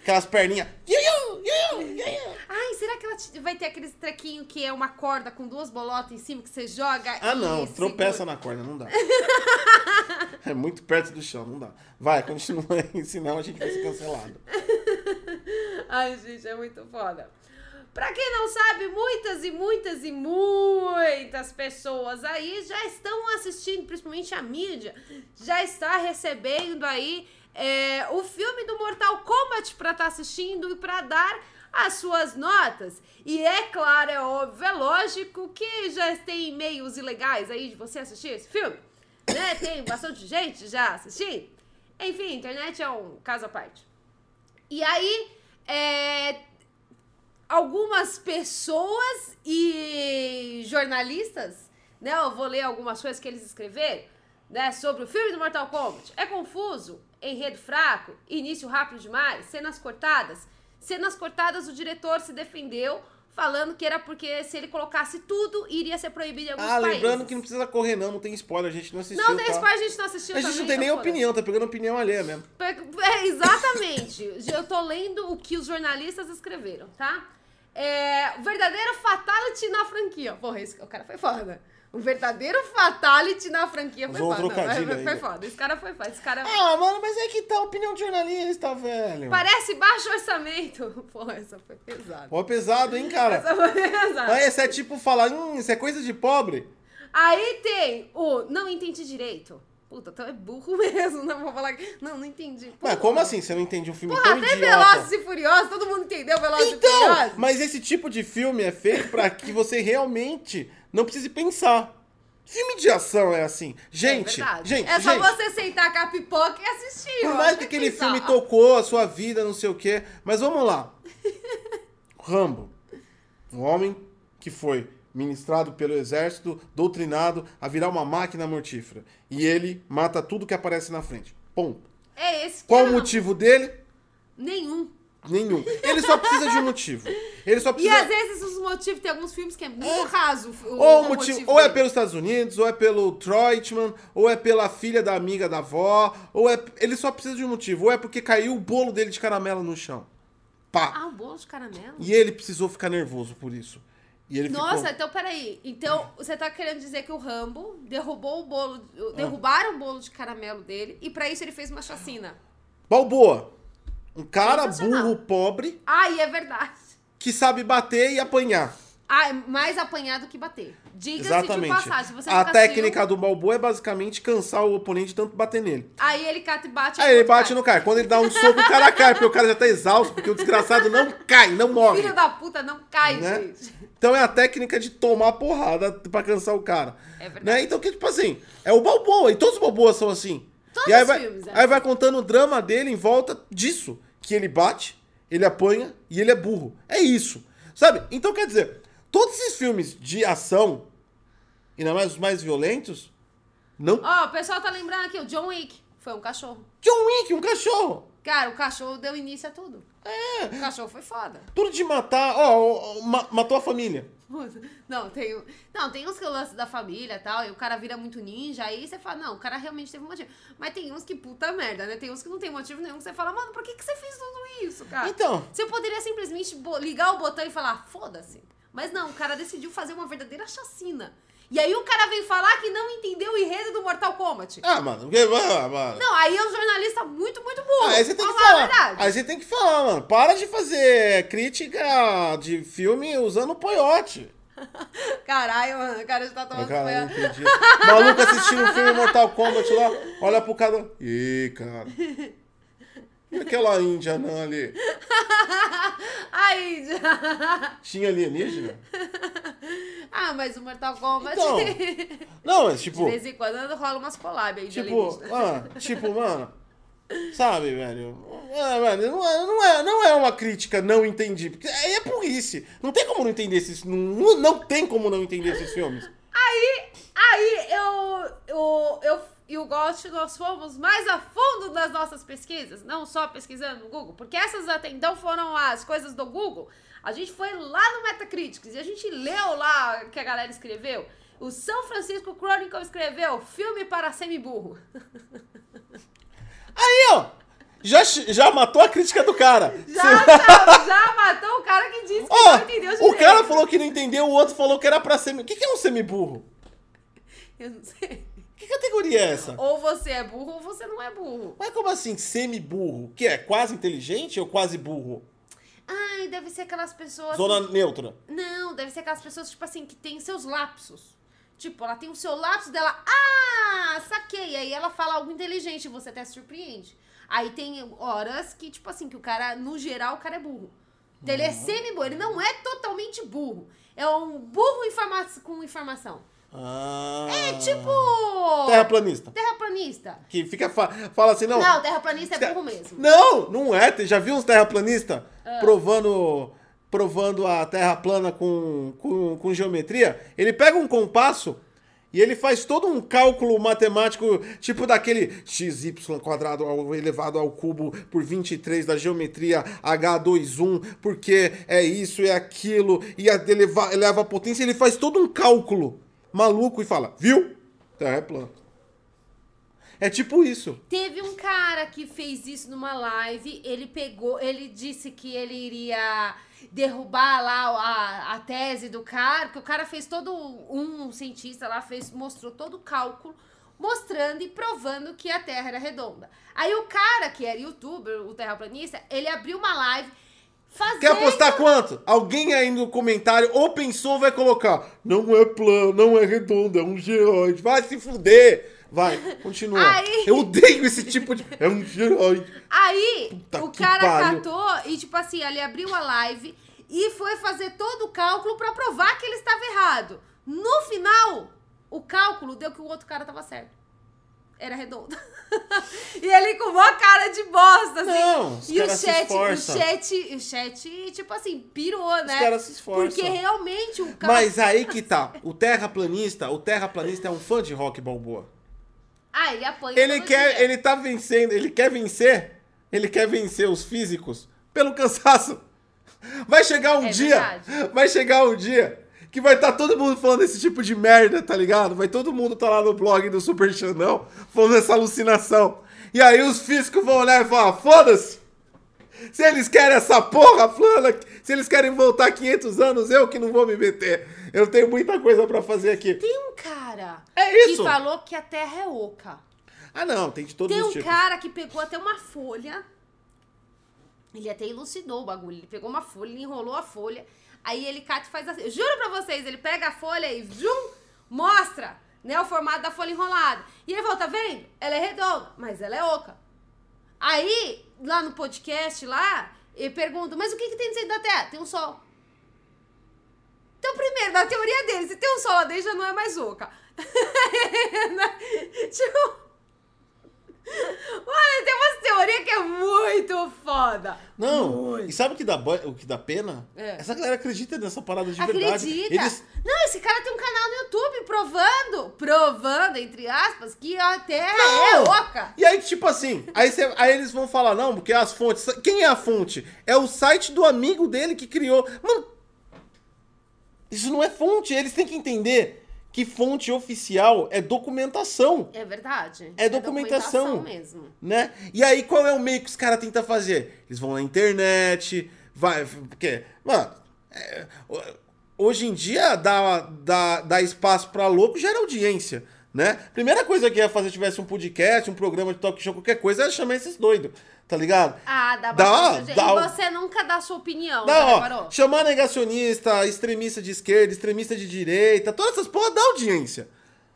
S1: Aquelas perninhas. Iu, iu, iu, iu, iu.
S2: Ai, será que ela te- vai ter aquele trequinho que é uma corda com duas bolotas em cima que você joga?
S1: Ah,
S2: e
S1: não,
S2: segura?
S1: tropeça na corda, não dá. É muito perto do chão, não dá. Vai, continua aí, senão a gente vai ser cancelado.
S2: Ai, gente, é muito foda. Pra quem não sabe, muitas e muitas e muitas pessoas aí já estão assistindo, principalmente a mídia, já está recebendo aí é, o filme do Mortal Kombat pra estar assistindo e pra dar as suas notas. E é claro, é óbvio, é lógico que já tem meios ilegais aí de você assistir esse filme, né? Tem bastante gente já assistindo. Enfim, a internet é um caso à parte. E aí, é, algumas pessoas e jornalistas, né? Eu vou ler algumas coisas que eles escreveram, né? Sobre o filme do Mortal Kombat. É confuso, enredo fraco, início rápido demais, cenas cortadas. Cenas cortadas, o diretor se defendeu, falando que era porque se ele colocasse tudo, iria ser proibido em alguns
S1: Ah,
S2: países.
S1: lembrando que não precisa correr, não, não tem spoiler, a gente não assistiu.
S2: Não, tem
S1: tá?
S2: spoiler, a gente não assistiu
S1: A gente
S2: também,
S1: não tem nem
S2: então foda-se.
S1: opinião, tá pegando opinião alheia mesmo.
S2: Pe- É, exatamente. Eu tô lendo o que os jornalistas escreveram, tá? É, o verdadeiro fatality na franquia. Porra, esse, o cara foi foda. O verdadeiro fatality na franquia foi
S1: Usou um
S2: foda. Não,
S1: trocadilho
S2: foi, foi
S1: ainda.
S2: foda. Esse cara foi foda. Esse cara.
S1: Ah, mano, mas é que tá opinião de jornalista, velho.
S2: Parece baixo orçamento. Porra, essa foi pesada.
S1: Ó, pesado, hein, cara?
S2: Essa foi pesada.
S1: Ah, esse é tipo falar, hum, isso é coisa de pobre.
S2: Aí tem o não entendi direito. Puta, então é burro mesmo. Não vou falar. que- Não, não entendi.
S1: Mas
S2: Puta.
S1: como assim? Você não entende um filme
S2: Porra,
S1: tão
S2: até
S1: idiota?
S2: Velozes e Furiosos. Todo mundo entendeu Velozes e
S1: Então,
S2: Furiosos?
S1: mas esse tipo de filme é feito pra que você realmente não precise pensar. Filme de ação é assim. Gente,
S2: é verdade.
S1: gente,
S2: É só
S1: gente.
S2: você sentar com a pipoca e assistir.
S1: Por
S2: ó.
S1: mais
S2: Não
S1: que
S2: tem
S1: aquele
S2: pensar.
S1: filme tocou a sua vida, não sei o quê. Mas vamos lá. Rambo. Um homem que foi ministrado pelo exército, doutrinado a virar uma máquina mortífera. E ele mata tudo que aparece na frente. Ponto.
S2: É esse que
S1: Qual o
S2: eu-
S1: motivo dele?
S2: Nenhum.
S1: Nenhum. Ele só precisa de um motivo. Ele só
S2: E
S1: precisa...
S2: às vezes os motivos, tem alguns filmes que é muito raso. o-
S1: Ou,
S2: o
S1: o motivo, ou é
S2: dele.
S1: pelos Estados Unidos, ou é pelo Troitman, ou é pela filha da amiga da avó, ou é. Ele só precisa de um motivo. Ou é porque caiu o bolo dele de caramelo no chão. Pá.
S2: Ah, um bolo de caramelo?
S1: E ele precisou ficar nervoso por isso. E ele
S2: Nossa,
S1: ficou.
S2: então peraí. Então você tá querendo dizer que o Rambo derrubou o bolo.
S1: Ah.
S2: Derrubaram o bolo de caramelo dele e pra isso ele fez uma chacina.
S1: Balboa. Um cara
S2: Sensacional.
S1: burro, pobre,
S2: Ai, é verdade.
S1: que sabe bater e apanhar.
S2: Ah, é mais apanhar do que bater. Diga-se de
S1: Exatamente.
S2: passagem. se Você assim,
S1: A
S2: nunca
S1: técnica do
S2: assistiu,
S1: Balboa é basicamente cansar o oponente de tanto bater nele.
S2: Aí ele cata e bate.
S1: Aí ele
S2: enquanto
S1: bate
S2: Tipo cai.
S1: no cara. Quando ele dá um soco, o cara cai, porque o cara já tá exausto, porque o desgraçado não cai, não morre.
S2: Filho da puta, não cai,
S1: Né?
S2: gente.
S1: Então é a técnica de tomar porrada pra cansar o cara.
S2: É verdade.
S1: né? Então, que tipo assim, é o Balboa, e todos os Balboas são assim.
S2: Todos
S1: e aí
S2: os
S1: vai,
S2: filmes, é.
S1: aí vai contando o drama dele em volta disso. Que ele bate, ele apanha e ele é burro. É isso. Sabe? Então quer dizer, todos esses filmes de ação, ainda mais os mais violentos, não.
S2: Ó, o pessoal tá lembrando aqui, o John Wick foi um cachorro.
S1: John Wick, um cachorro!
S2: Cara, o cachorro deu início a tudo. É. O cachorro foi foda.
S1: Tudo de matar, ó, ó, ó, ma- matou a família.
S2: Não, tem, o- não, tem uns que é o lance da família e tal, e o cara vira muito ninja, aí você fala, não, o cara realmente teve um motivo. Mas tem uns que puta merda, né? Tem uns que não tem motivo nenhum, que você fala, mano, por que, que você fez tudo isso, cara?
S1: Então.
S2: Você poderia simplesmente bo- ligar o botão e falar, foda-se. Mas não, o cara decidiu fazer uma verdadeira chacina. E aí o cara vem falar que não entendeu o enredo do Mortal Kombat.
S1: Ah, mano, porque. ah, mano.
S2: Não, aí é um jornalista muito, muito burro.
S1: Ah, aí você tem que
S2: Vamos falar a
S1: falar.
S2: verdade.
S1: Aí você tem que falar, mano. Para de fazer crítica de filme usando poiote.
S2: Caralho, mano, o cara já tá tomando
S1: cara, eu
S2: banho.
S1: não entendi. Maluco assistindo um filme Mortal Kombat lá, olha pro cara. Ih, cara. E aquela índia não ali?
S2: Aí, já...
S1: Tinha alienígena?
S2: Ah, mas o Mortal Kombat.
S1: Então, Não, mas
S2: de
S1: tipo.
S2: vez em quando rola umas collab aí de
S1: Tipo,
S2: alienígena.
S1: mano, tipo, mano. Sabe, velho? É, mano, não, é, não, é, não é uma crítica, não entendi. Porque aí é burrice. Não tem como não entender esses. Não, não tem como não entender esses filmes.
S2: Aí, aí eu, eu, eu e o Ghost, nós fomos mais a fundo nas nossas pesquisas, não só pesquisando no Google, porque essas até então foram as coisas do Google. A gente foi lá no Metacritics e a gente leu lá o que a galera escreveu. O São Francisco Chronicle escreveu filme para semi-burro.
S1: Aí, ó. Já, ch- já matou a crítica do cara.
S2: Já, já, já matou o cara que disse que
S1: Ó,
S2: não entendeu
S1: o
S2: direito.
S1: cara falou que não entendeu, o outro falou que era pra semi... O que, que é um semiburro?
S2: Eu não sei.
S1: Que categoria é essa?
S2: Ou você é burro ou você não é burro.
S1: Mas como assim, semiburro? Que é quase inteligente ou quase burro?
S2: Ai, deve ser aquelas pessoas.
S1: Zona neutra.
S2: Não, deve ser aquelas pessoas, tipo assim, que tem seus lapsos. Tipo, ela tem o seu lapso dela. Ah, saquei. Aí ela fala algo inteligente e você até se surpreende. Aí tem horas que, tipo assim, que o cara, no geral, o cara é burro. Então, Ele é
S1: Uhum.
S2: semi-burro, ele não é totalmente burro. É um burro informa com informação.
S1: Ah,
S2: É tipo.
S1: Terraplanista.
S2: Terraplanista.
S1: Que fica fa- fala assim, não...
S2: Não, terraplanista é burro mesmo.
S1: Não, não é. Te- Já viu uns terraplanistas provando provando a terra plana com, com, com geometria? Ele pega um compasso e ele faz todo um cálculo matemático, tipo daquele xy quadrado ao- elevado ao cubo por 23 da geometria H21, porque é isso, é aquilo, e a- eleva, eleva a potência. Ele faz todo um cálculo maluco e fala, viu? Terra é plana. É tipo isso.
S2: Teve um cara que fez isso numa live, ele pegou, ele disse que ele iria derrubar lá a, a tese do cara, que o cara fez todo um, um cientista lá fez, mostrou todo o cálculo, mostrando e provando que a Terra era redonda. Aí o cara que era youtuber, o terraplanista, ele abriu uma live fazendo
S1: Quer apostar quanto? Alguém aí no comentário ou pensou vai colocar. Não é plano, não é redondo, é um geroide. Vai se fuder. Vai, continua.
S2: Aí-
S1: Eu odeio esse tipo de. É um geroide.
S2: Aí
S1: Puta
S2: o
S1: que
S2: cara
S1: pariu.
S2: catou e, tipo assim, ele abriu a live e foi fazer todo o cálculo pra provar que ele estava errado. No final, o cálculo deu que o outro cara tava certo. Era redondo. e ele com uma cara de bosta, assim.
S1: Não, os
S2: e o
S1: caras se
S2: chat, o
S1: esforçam.
S2: chat, o chat, tipo assim, pirou, né?
S1: Os caras se esforçam.
S2: Porque realmente o cara.
S1: Mas aí que tá. O terraplanista, o terraplanista é um fã de rock balboa.
S2: Ah, ele apanha.
S1: Ele
S2: todo
S1: quer.
S2: dia.
S1: Ele tá vencendo. Ele quer vencer. Ele quer vencer os físicos pelo cansaço. Vai chegar um
S2: É
S1: dia.
S2: verdade.
S1: Vai chegar um dia. Que vai estar todo mundo falando esse tipo de merda, tá ligado? Vai todo mundo tá lá no blog do Super Xandão falando essa alucinação. E aí os físicos vão olhar e falar: foda-se! Se eles querem essa porra, Flana, se eles querem voltar 500 anos, eu que não vou me meter. Eu tenho muita coisa pra fazer aqui.
S2: Tem um cara
S1: É isso.
S2: que falou que a terra é oca.
S1: Ah, não, tem de todos
S2: Tem
S1: os
S2: um
S1: tipos.
S2: cara que pegou até uma folha. Ele até elucidou o bagulho. Ele pegou uma folha, ele enrolou a folha. Aí ele cata e faz assim. Eu juro pra vocês, ele pega a folha e zoom, mostra, né, o formato da folha enrolada. E ele volta, tá vendo? Ela é redonda, mas ela é oca. Aí, lá no podcast, lá, eu pergunto, mas o que, que tem dentro da Terra? Tem um sol. Então, primeiro, na teoria dele, se tem um sol lá dentro, já não é mais oca. tipo... Mano, tem umas teorias que é muito foda.
S1: Não,
S2: Muito.
S1: e sabe o que dá, bo- o que dá pena?
S2: É.
S1: Essa galera acredita nessa parada de verdade.
S2: Acredita!
S1: Eles,
S2: Não, esse cara tem um canal no YouTube provando, provando, entre aspas, que a Terra é
S1: Não!
S2: oca.
S1: E aí, tipo assim, aí, cê- aí eles vão falar, não, porque as fontes. Quem é a fonte? É o site do amigo dele que criou. Mano, isso não é fonte. Eles têm que entender que fonte oficial é documentação,
S2: É verdade.
S1: É documentação.
S2: mesmo.
S1: né? E aí, qual é o meio que os caras tentam fazer? Eles vão na internet, vai. Porque, mano, é, ho- hoje em dia dá, dá, dá espaço pra louco gera audiência. Né? Primeira coisa que eu ia fazer se tivesse um podcast, um programa de talk show, qualquer coisa, era chamar esses doidos, tá ligado?
S2: Ah, dá
S1: Dá,
S2: bastante.
S1: dá
S2: e
S1: o-
S2: você nunca dá sua opinião, né, já
S1: Não, ó,
S2: reparou?
S1: chamar negacionista, extremista de esquerda, extremista de direita, todas essas porra dá audiência.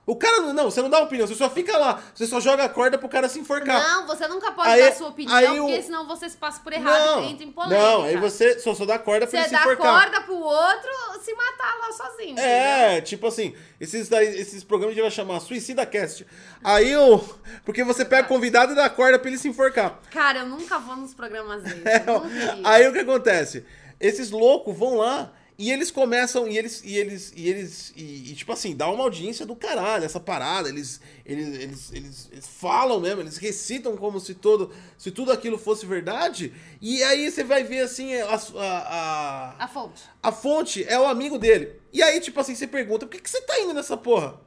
S1: O cara não, não, você não dá opinião, você só fica lá, você só joga a corda pro cara se enforcar.
S2: Não, você nunca pode
S1: Aí-
S2: dar sua opinião,
S1: aí o-
S2: porque senão você se passa por errado e entra em polêmica.
S1: não, aí você só, só dá corda pra
S2: Você
S1: ele se
S2: dá
S1: enforcar.
S2: corda pro outro se matar lá sozinho. entendeu?
S1: É, tipo assim, esses, daí, esses programas a gente vai chamar Suicida Cast. Aí eu. Porque você
S2: Tá.
S1: pega convidado e dá corda pra ele se enforcar.
S2: Cara, eu nunca vou nos programas dele.
S1: É,
S2: eu
S1: ó.
S2: nunca iria.
S1: aí o que acontece? Esses loucos vão lá e eles começam e eles e eles e eles e, e, tipo assim, dá uma audiência do caralho essa parada, eles eles, eles, eles eles falam mesmo, eles recitam como se todo se tudo aquilo fosse verdade. E aí você vai ver assim a a, a,
S2: A fonte.
S1: a fonte é o amigo dele. E aí tipo assim, você pergunta: "Por que que você tá indo nessa porra?"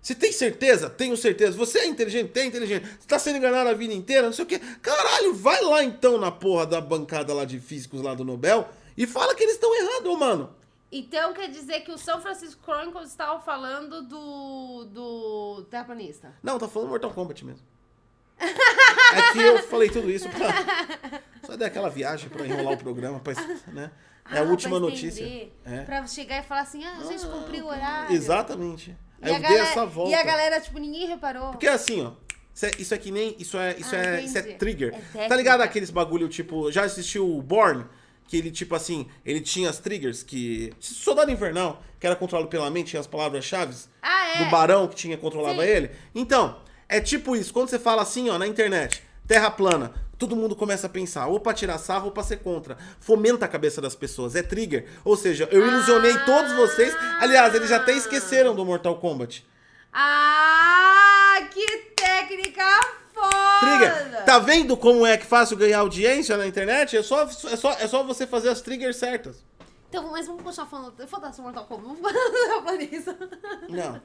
S1: Você tem certeza? Tenho certeza. Você é inteligente? Tem inteligente. Você tá sendo enganado a vida inteira, não sei o quê. Caralho, vai lá então na porra da bancada lá de físicos lá do Nobel e fala que eles estão errados, mano.
S2: Então quer dizer que o São Francisco Chronicles estava falando do. do. terraplanista.
S1: Não, tá falando Mortal Kombat mesmo. É que eu falei tudo isso pra... Só dar aquela viagem pra enrolar o programa, pra, né? É a
S2: Ah,
S1: última
S2: pra
S1: notícia.
S2: estender,
S1: É.
S2: Pra chegar e falar assim, ah, a gente cumpriu o horário.
S1: Exatamente.
S2: E
S1: Aí
S2: a
S1: eu dei
S2: galera-
S1: essa volta.
S2: E a galera, tipo, ninguém reparou.
S1: Porque assim, ó. Isso é, isso é que nem. Isso é, isso
S2: Ah,
S1: é, isso é
S2: entendi.
S1: trigger.
S2: É técnica.
S1: tá ligado aqueles bagulho, tipo. Já assistiu o Born? Que ele, tipo assim, ele tinha as triggers que. Soldado Invernal, que era controlado pela mente, tinha as palavras-chave.
S2: Ah, é?
S1: Do barão que tinha controlava
S2: Sim.
S1: ele. Então, é tipo isso. Quando você fala assim, ó, na internet, terra plana, todo mundo começa a pensar, ou pra tirar sarro ou pra ser contra. Fomenta a cabeça das pessoas, é trigger. Ou seja, eu ilusionei
S2: Ah!
S1: todos vocês. Aliás, eles já até esqueceram do Mortal Kombat.
S2: Ah, que técnica foda!
S1: Trigger. Tá vendo como é que fácil ganhar audiência na internet? É só, é só, é só você fazer as triggers certas.
S2: Então, mas vamos continuar falando. Foda-se o Mortal Kombat, vamos falar do terraplanista.
S1: Não.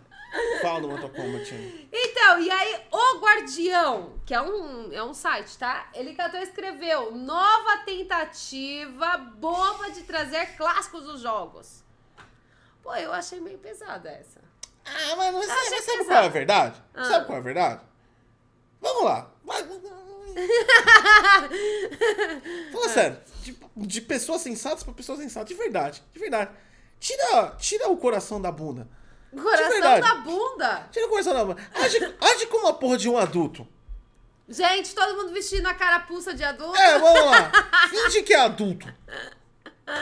S1: Fala do Mortal Kombat. Ana.
S2: Então, e aí, O Guardião, que é um, é um site, tá? Ele catou e escreveu: nova tentativa boba de trazer clássicos dos jogos. Pô, eu achei meio pesada essa.
S1: Ah, mas você,
S2: Acho
S1: mas
S2: que
S1: sabe
S2: exato.
S1: qual é a verdade?
S2: Ah.
S1: Sabe qual é a verdade? Vamos lá. Vai- Fala sério. De, de pessoas sensatas pra pessoas sensatas. De verdade. De verdade. Tira, tira o coração da bunda.
S2: Coração
S1: verdade.
S2: da bunda.
S1: Tira o coração da bunda. Age, age como a porra de um adulto.
S2: Gente, todo mundo vestindo a carapuça de adulto.
S1: É, vamos lá. Finge que é adulto.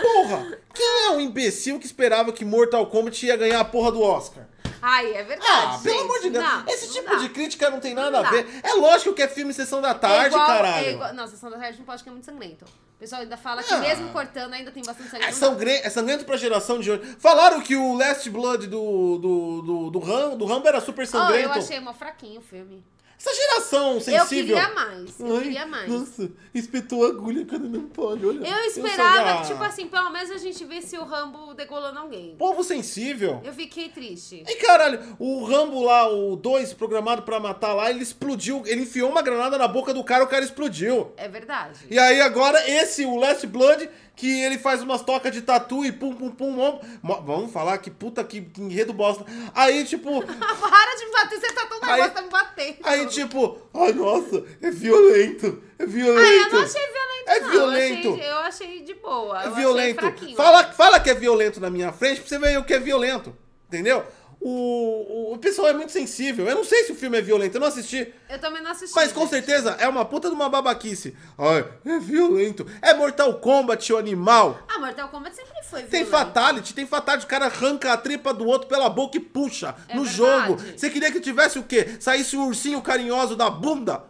S1: Porra! Quem é o imbecil que esperava que Mortal Kombat ia ganhar a porra do Oscar?
S2: Ai, é verdade.
S1: Ah,
S2: gente,
S1: pelo amor de Deus.
S2: não,
S1: Esse
S2: não
S1: tipo
S2: dá.
S1: de crítica não tem nada
S2: Não
S1: a
S2: dá.
S1: ver. É lógico que é filme Sessão da Tarde,
S2: é igual,
S1: caralho.
S2: É igual... Não, Sessão da Tarde não pode, que é muito sangrento. O pessoal ainda fala que
S1: Ah.
S2: mesmo cortando ainda tem bastante sangue.
S1: É,
S2: Não dá.
S1: sangre... é sangrento pra geração de hoje. Falaram que o Last Blood do, do, do, do, Ram- do Rambo era super
S2: Oh,
S1: sangrento.
S2: eu achei mó fraquinho o filme.
S1: Essa geração sensível.
S2: Eu queria mais, eu
S1: Ai,
S2: queria mais.
S1: Nossa, espetou a agulha quando não pode, olha.
S2: Eu
S1: sou
S2: esperava
S1: da-
S2: que, tipo assim, pelo menos a gente visse o Rambo degolando alguém.
S1: Povo sensível.
S2: Eu fiquei triste.
S1: E caralho, o Rambo lá, o 2, programado pra matar lá, ele explodiu, ele enfiou uma granada na boca do cara, o cara explodiu.
S2: É verdade.
S1: E aí agora esse, o Last Blood, que ele faz umas tocas de tatu e pum, pum, pum, mom- mo- Vamos falar que puta que que enredo bosta. Aí tipo,
S2: Para de me bater, você tá tão nervosa,
S1: Aí-
S2: tá me batendo.
S1: aí tipo, ai nossa, é violento, é violento.
S2: Ah, eu não achei violento,
S1: É
S2: não,
S1: violento.
S2: Eu achei, eu achei de boa. eu
S1: É
S2: achei
S1: violento.
S2: fraquinho.
S1: Fala, fala que é violento na minha frente pra você ver o que é violento. Entendeu? O, o, o pessoal é muito sensível. Eu não sei se o filme é violento, eu não assisti.
S2: Eu também não assisti.
S1: Mas com
S2: gente.
S1: certeza é uma puta de uma babaquice. Ai, é violento. É Mortal Kombat, o animal.
S2: Ah, Mortal Kombat sempre foi violento.
S1: Tem fatality, tem fatality. O cara arranca a tripa do outro pela boca e puxa
S2: É
S1: no
S2: verdade.
S1: jogo. Você queria que tivesse o quê? Saísse um ursinho carinhoso da bunda?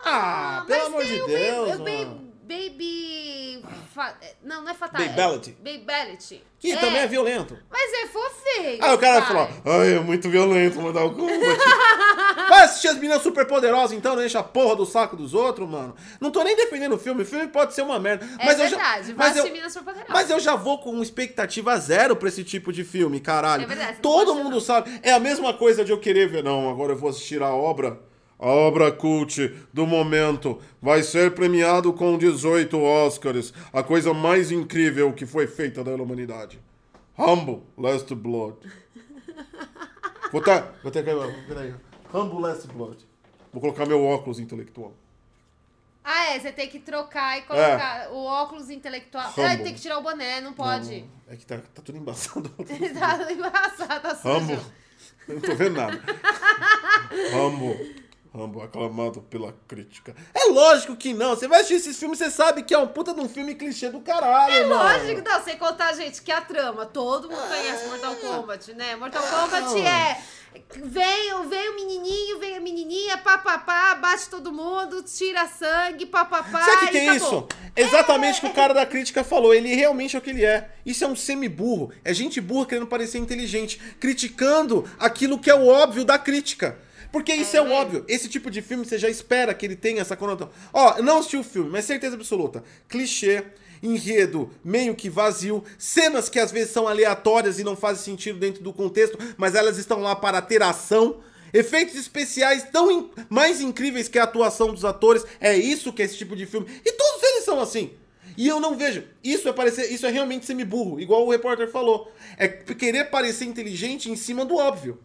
S1: Ah,
S2: mas
S1: pelo amor
S2: tem um
S1: de
S2: o
S1: Deus.
S2: Baby, o
S1: mano.
S2: Baby... Baby fa- Não, não é Fatality.
S1: Babyality.
S2: Babyality.
S1: Que também é violento.
S2: Mas é fofinho.
S1: Aí o cara
S2: pai.
S1: falou, ai, é muito violento mandar o Kombat. Vai assistir as meninas super poderosas então, não deixa a porra do saco dos outros, mano. Não tô nem defendendo o filme, o filme pode ser uma merda.
S2: É
S1: mas
S2: verdade,
S1: eu já,
S2: vai
S1: mas
S2: assistir
S1: eu,
S2: Minas Superpoderosas.
S1: mas eu já vou com expectativa zero pra esse tipo de filme, caralho.
S2: É verdade, você não
S1: Todo
S2: pode ser,
S1: mundo
S2: não.
S1: sabe. É a mesma coisa de eu querer ver, não, agora eu vou assistir a obra. A obra cult do momento vai ser premiado com 18 Oscars. A coisa mais incrível que foi feita da humanidade. Humble Last Blood. Vou tá, vou ter que... Peraí. Humble Last Blood. Vou colocar meu óculos intelectual.
S2: Ah, é, você tem que trocar e colocar o óculos intelectual.
S1: Rambo.
S2: Ah, tem que tirar o boné, não pode.
S1: É que tá, tá tudo embaçado.
S2: tá embaçado, tá sujo.
S1: Rambo. Eu Não tô vendo nada. Rambo. Rambo, aclamado pela crítica. É lógico que não. Você vai assistir esses filmes, você sabe que é um puta de um filme clichê do caralho,
S2: É
S1: mano.
S2: lógico, não, sem contar, gente, que a trama. Todo mundo conhece Mortal Kombat, né? Mortal Kombat é. Vem, o- vem o menininho, vem a menininha, papapá, bate todo mundo, tira sangue, papapá.
S1: Sabe o que, que
S2: e
S1: é isso?
S2: acabou.
S1: Exatamente o que o cara da crítica falou. Ele realmente é o que ele é. Isso é um semi-burro. É gente burra querendo parecer inteligente, criticando aquilo que é o óbvio da crítica. Porque isso é, o óbvio. Esse tipo de filme você já espera que ele tenha essa conotação. Ó, eu não assisti o filme, mas certeza absoluta. Clichê, enredo meio que vazio, cenas que às vezes são aleatórias e não fazem sentido dentro do contexto, mas elas estão lá para ter ação. Efeitos especiais tão in- mais incríveis que a atuação dos atores. É isso que é esse tipo de filme. E todos eles são assim. E eu não vejo. Isso é parecer, isso é realmente semiburro, igual o repórter falou. É querer parecer inteligente em cima do óbvio.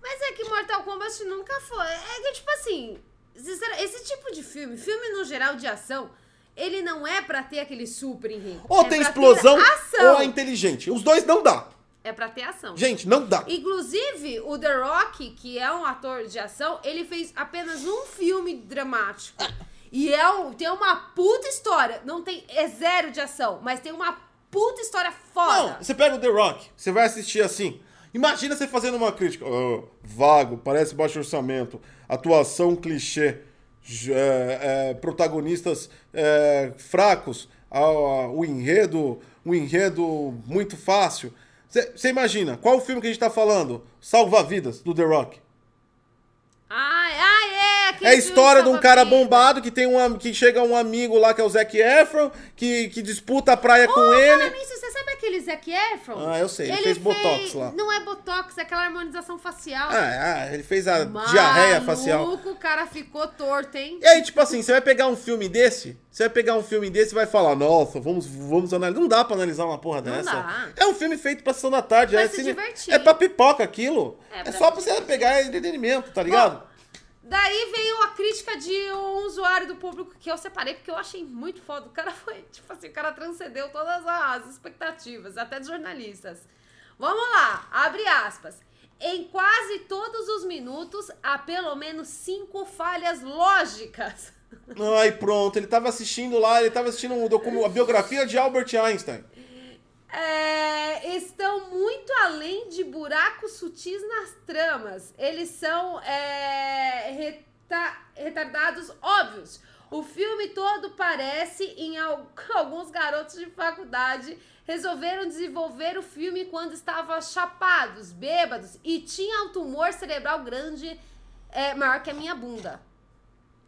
S2: Mas é que Mortal Kombat nunca foi. É que, tipo assim, sincera- esse tipo de filme, filme no geral de ação, ele não é pra ter aquele super enredo.
S1: Ou
S2: é
S1: tem
S2: pra ter
S1: explosão
S2: ação.
S1: ou é inteligente. Os dois não dá.
S2: É pra ter ação.
S1: Gente, não dá.
S2: Inclusive, o The Rock, que é um ator de ação, ele fez apenas um filme dramático. E é um- tem uma puta história. Não tem. É zero de ação, mas tem uma puta história foda.
S1: Não, você pega o The Rock, você vai assistir assim. Imagina você fazendo uma crítica. "Ah, vago, parece baixo orçamento. Atuação clichê. j- é, é, protagonistas é, fracos. ah, ah, o enredo. Um enredo muito fácil. Você você imagina, qual o filme que a gente tá falando? Salva-vidas, do The Rock.
S2: Ai, ai, é. aquele
S1: É a
S2: filme
S1: história de um cara
S2: salva-vidas.
S1: bombado que tem um am- que chega um amigo lá que é o Zac Efron, que, que disputa a praia com
S2: Ô,
S1: ele.
S2: fala nisso, você sabe aquele Zac Efron?
S1: Ah, eu sei, ele fez botox lá.
S2: Não é botox, é aquela harmonização facial.
S1: Ah, ah, ele fez a diarreia facial.
S2: Maluco, o cara ficou torto, hein?
S1: E aí, tipo assim, você vai pegar um filme desse, você vai pegar um filme desse e vai falar, nossa, vamos, vamos analisar. Não dá pra analisar uma porra
S2: Não
S1: dessa.
S2: dá.
S1: É um filme feito pra sessão da tarde.
S2: Pra
S1: é
S2: se
S1: cine-
S2: divertir.
S1: É pra pipoca aquilo.
S2: É
S1: É,
S2: pra
S1: só pra você pegar entretenimento, tá ligado?
S2: Daí veio a crítica de um usuário do público que eu separei, porque eu achei muito foda. O cara foi, tipo assim, o cara transcendeu todas as expectativas, até de jornalistas. Vamos lá, abre aspas. Em quase todos os minutos, há pelo menos cinco falhas lógicas.
S1: Ai, pronto, ele tava assistindo lá, ele tava assistindo um docu- a biografia de Albert Einstein.
S2: É, estão muito além de buracos sutis nas tramas. Eles são é, reta- retardados óbvios. O filme todo parece em al- alguns garotos de faculdade resolveram desenvolver o filme quando estavam chapados, bêbados e tinha um tumor cerebral grande, é, maior que a minha bunda.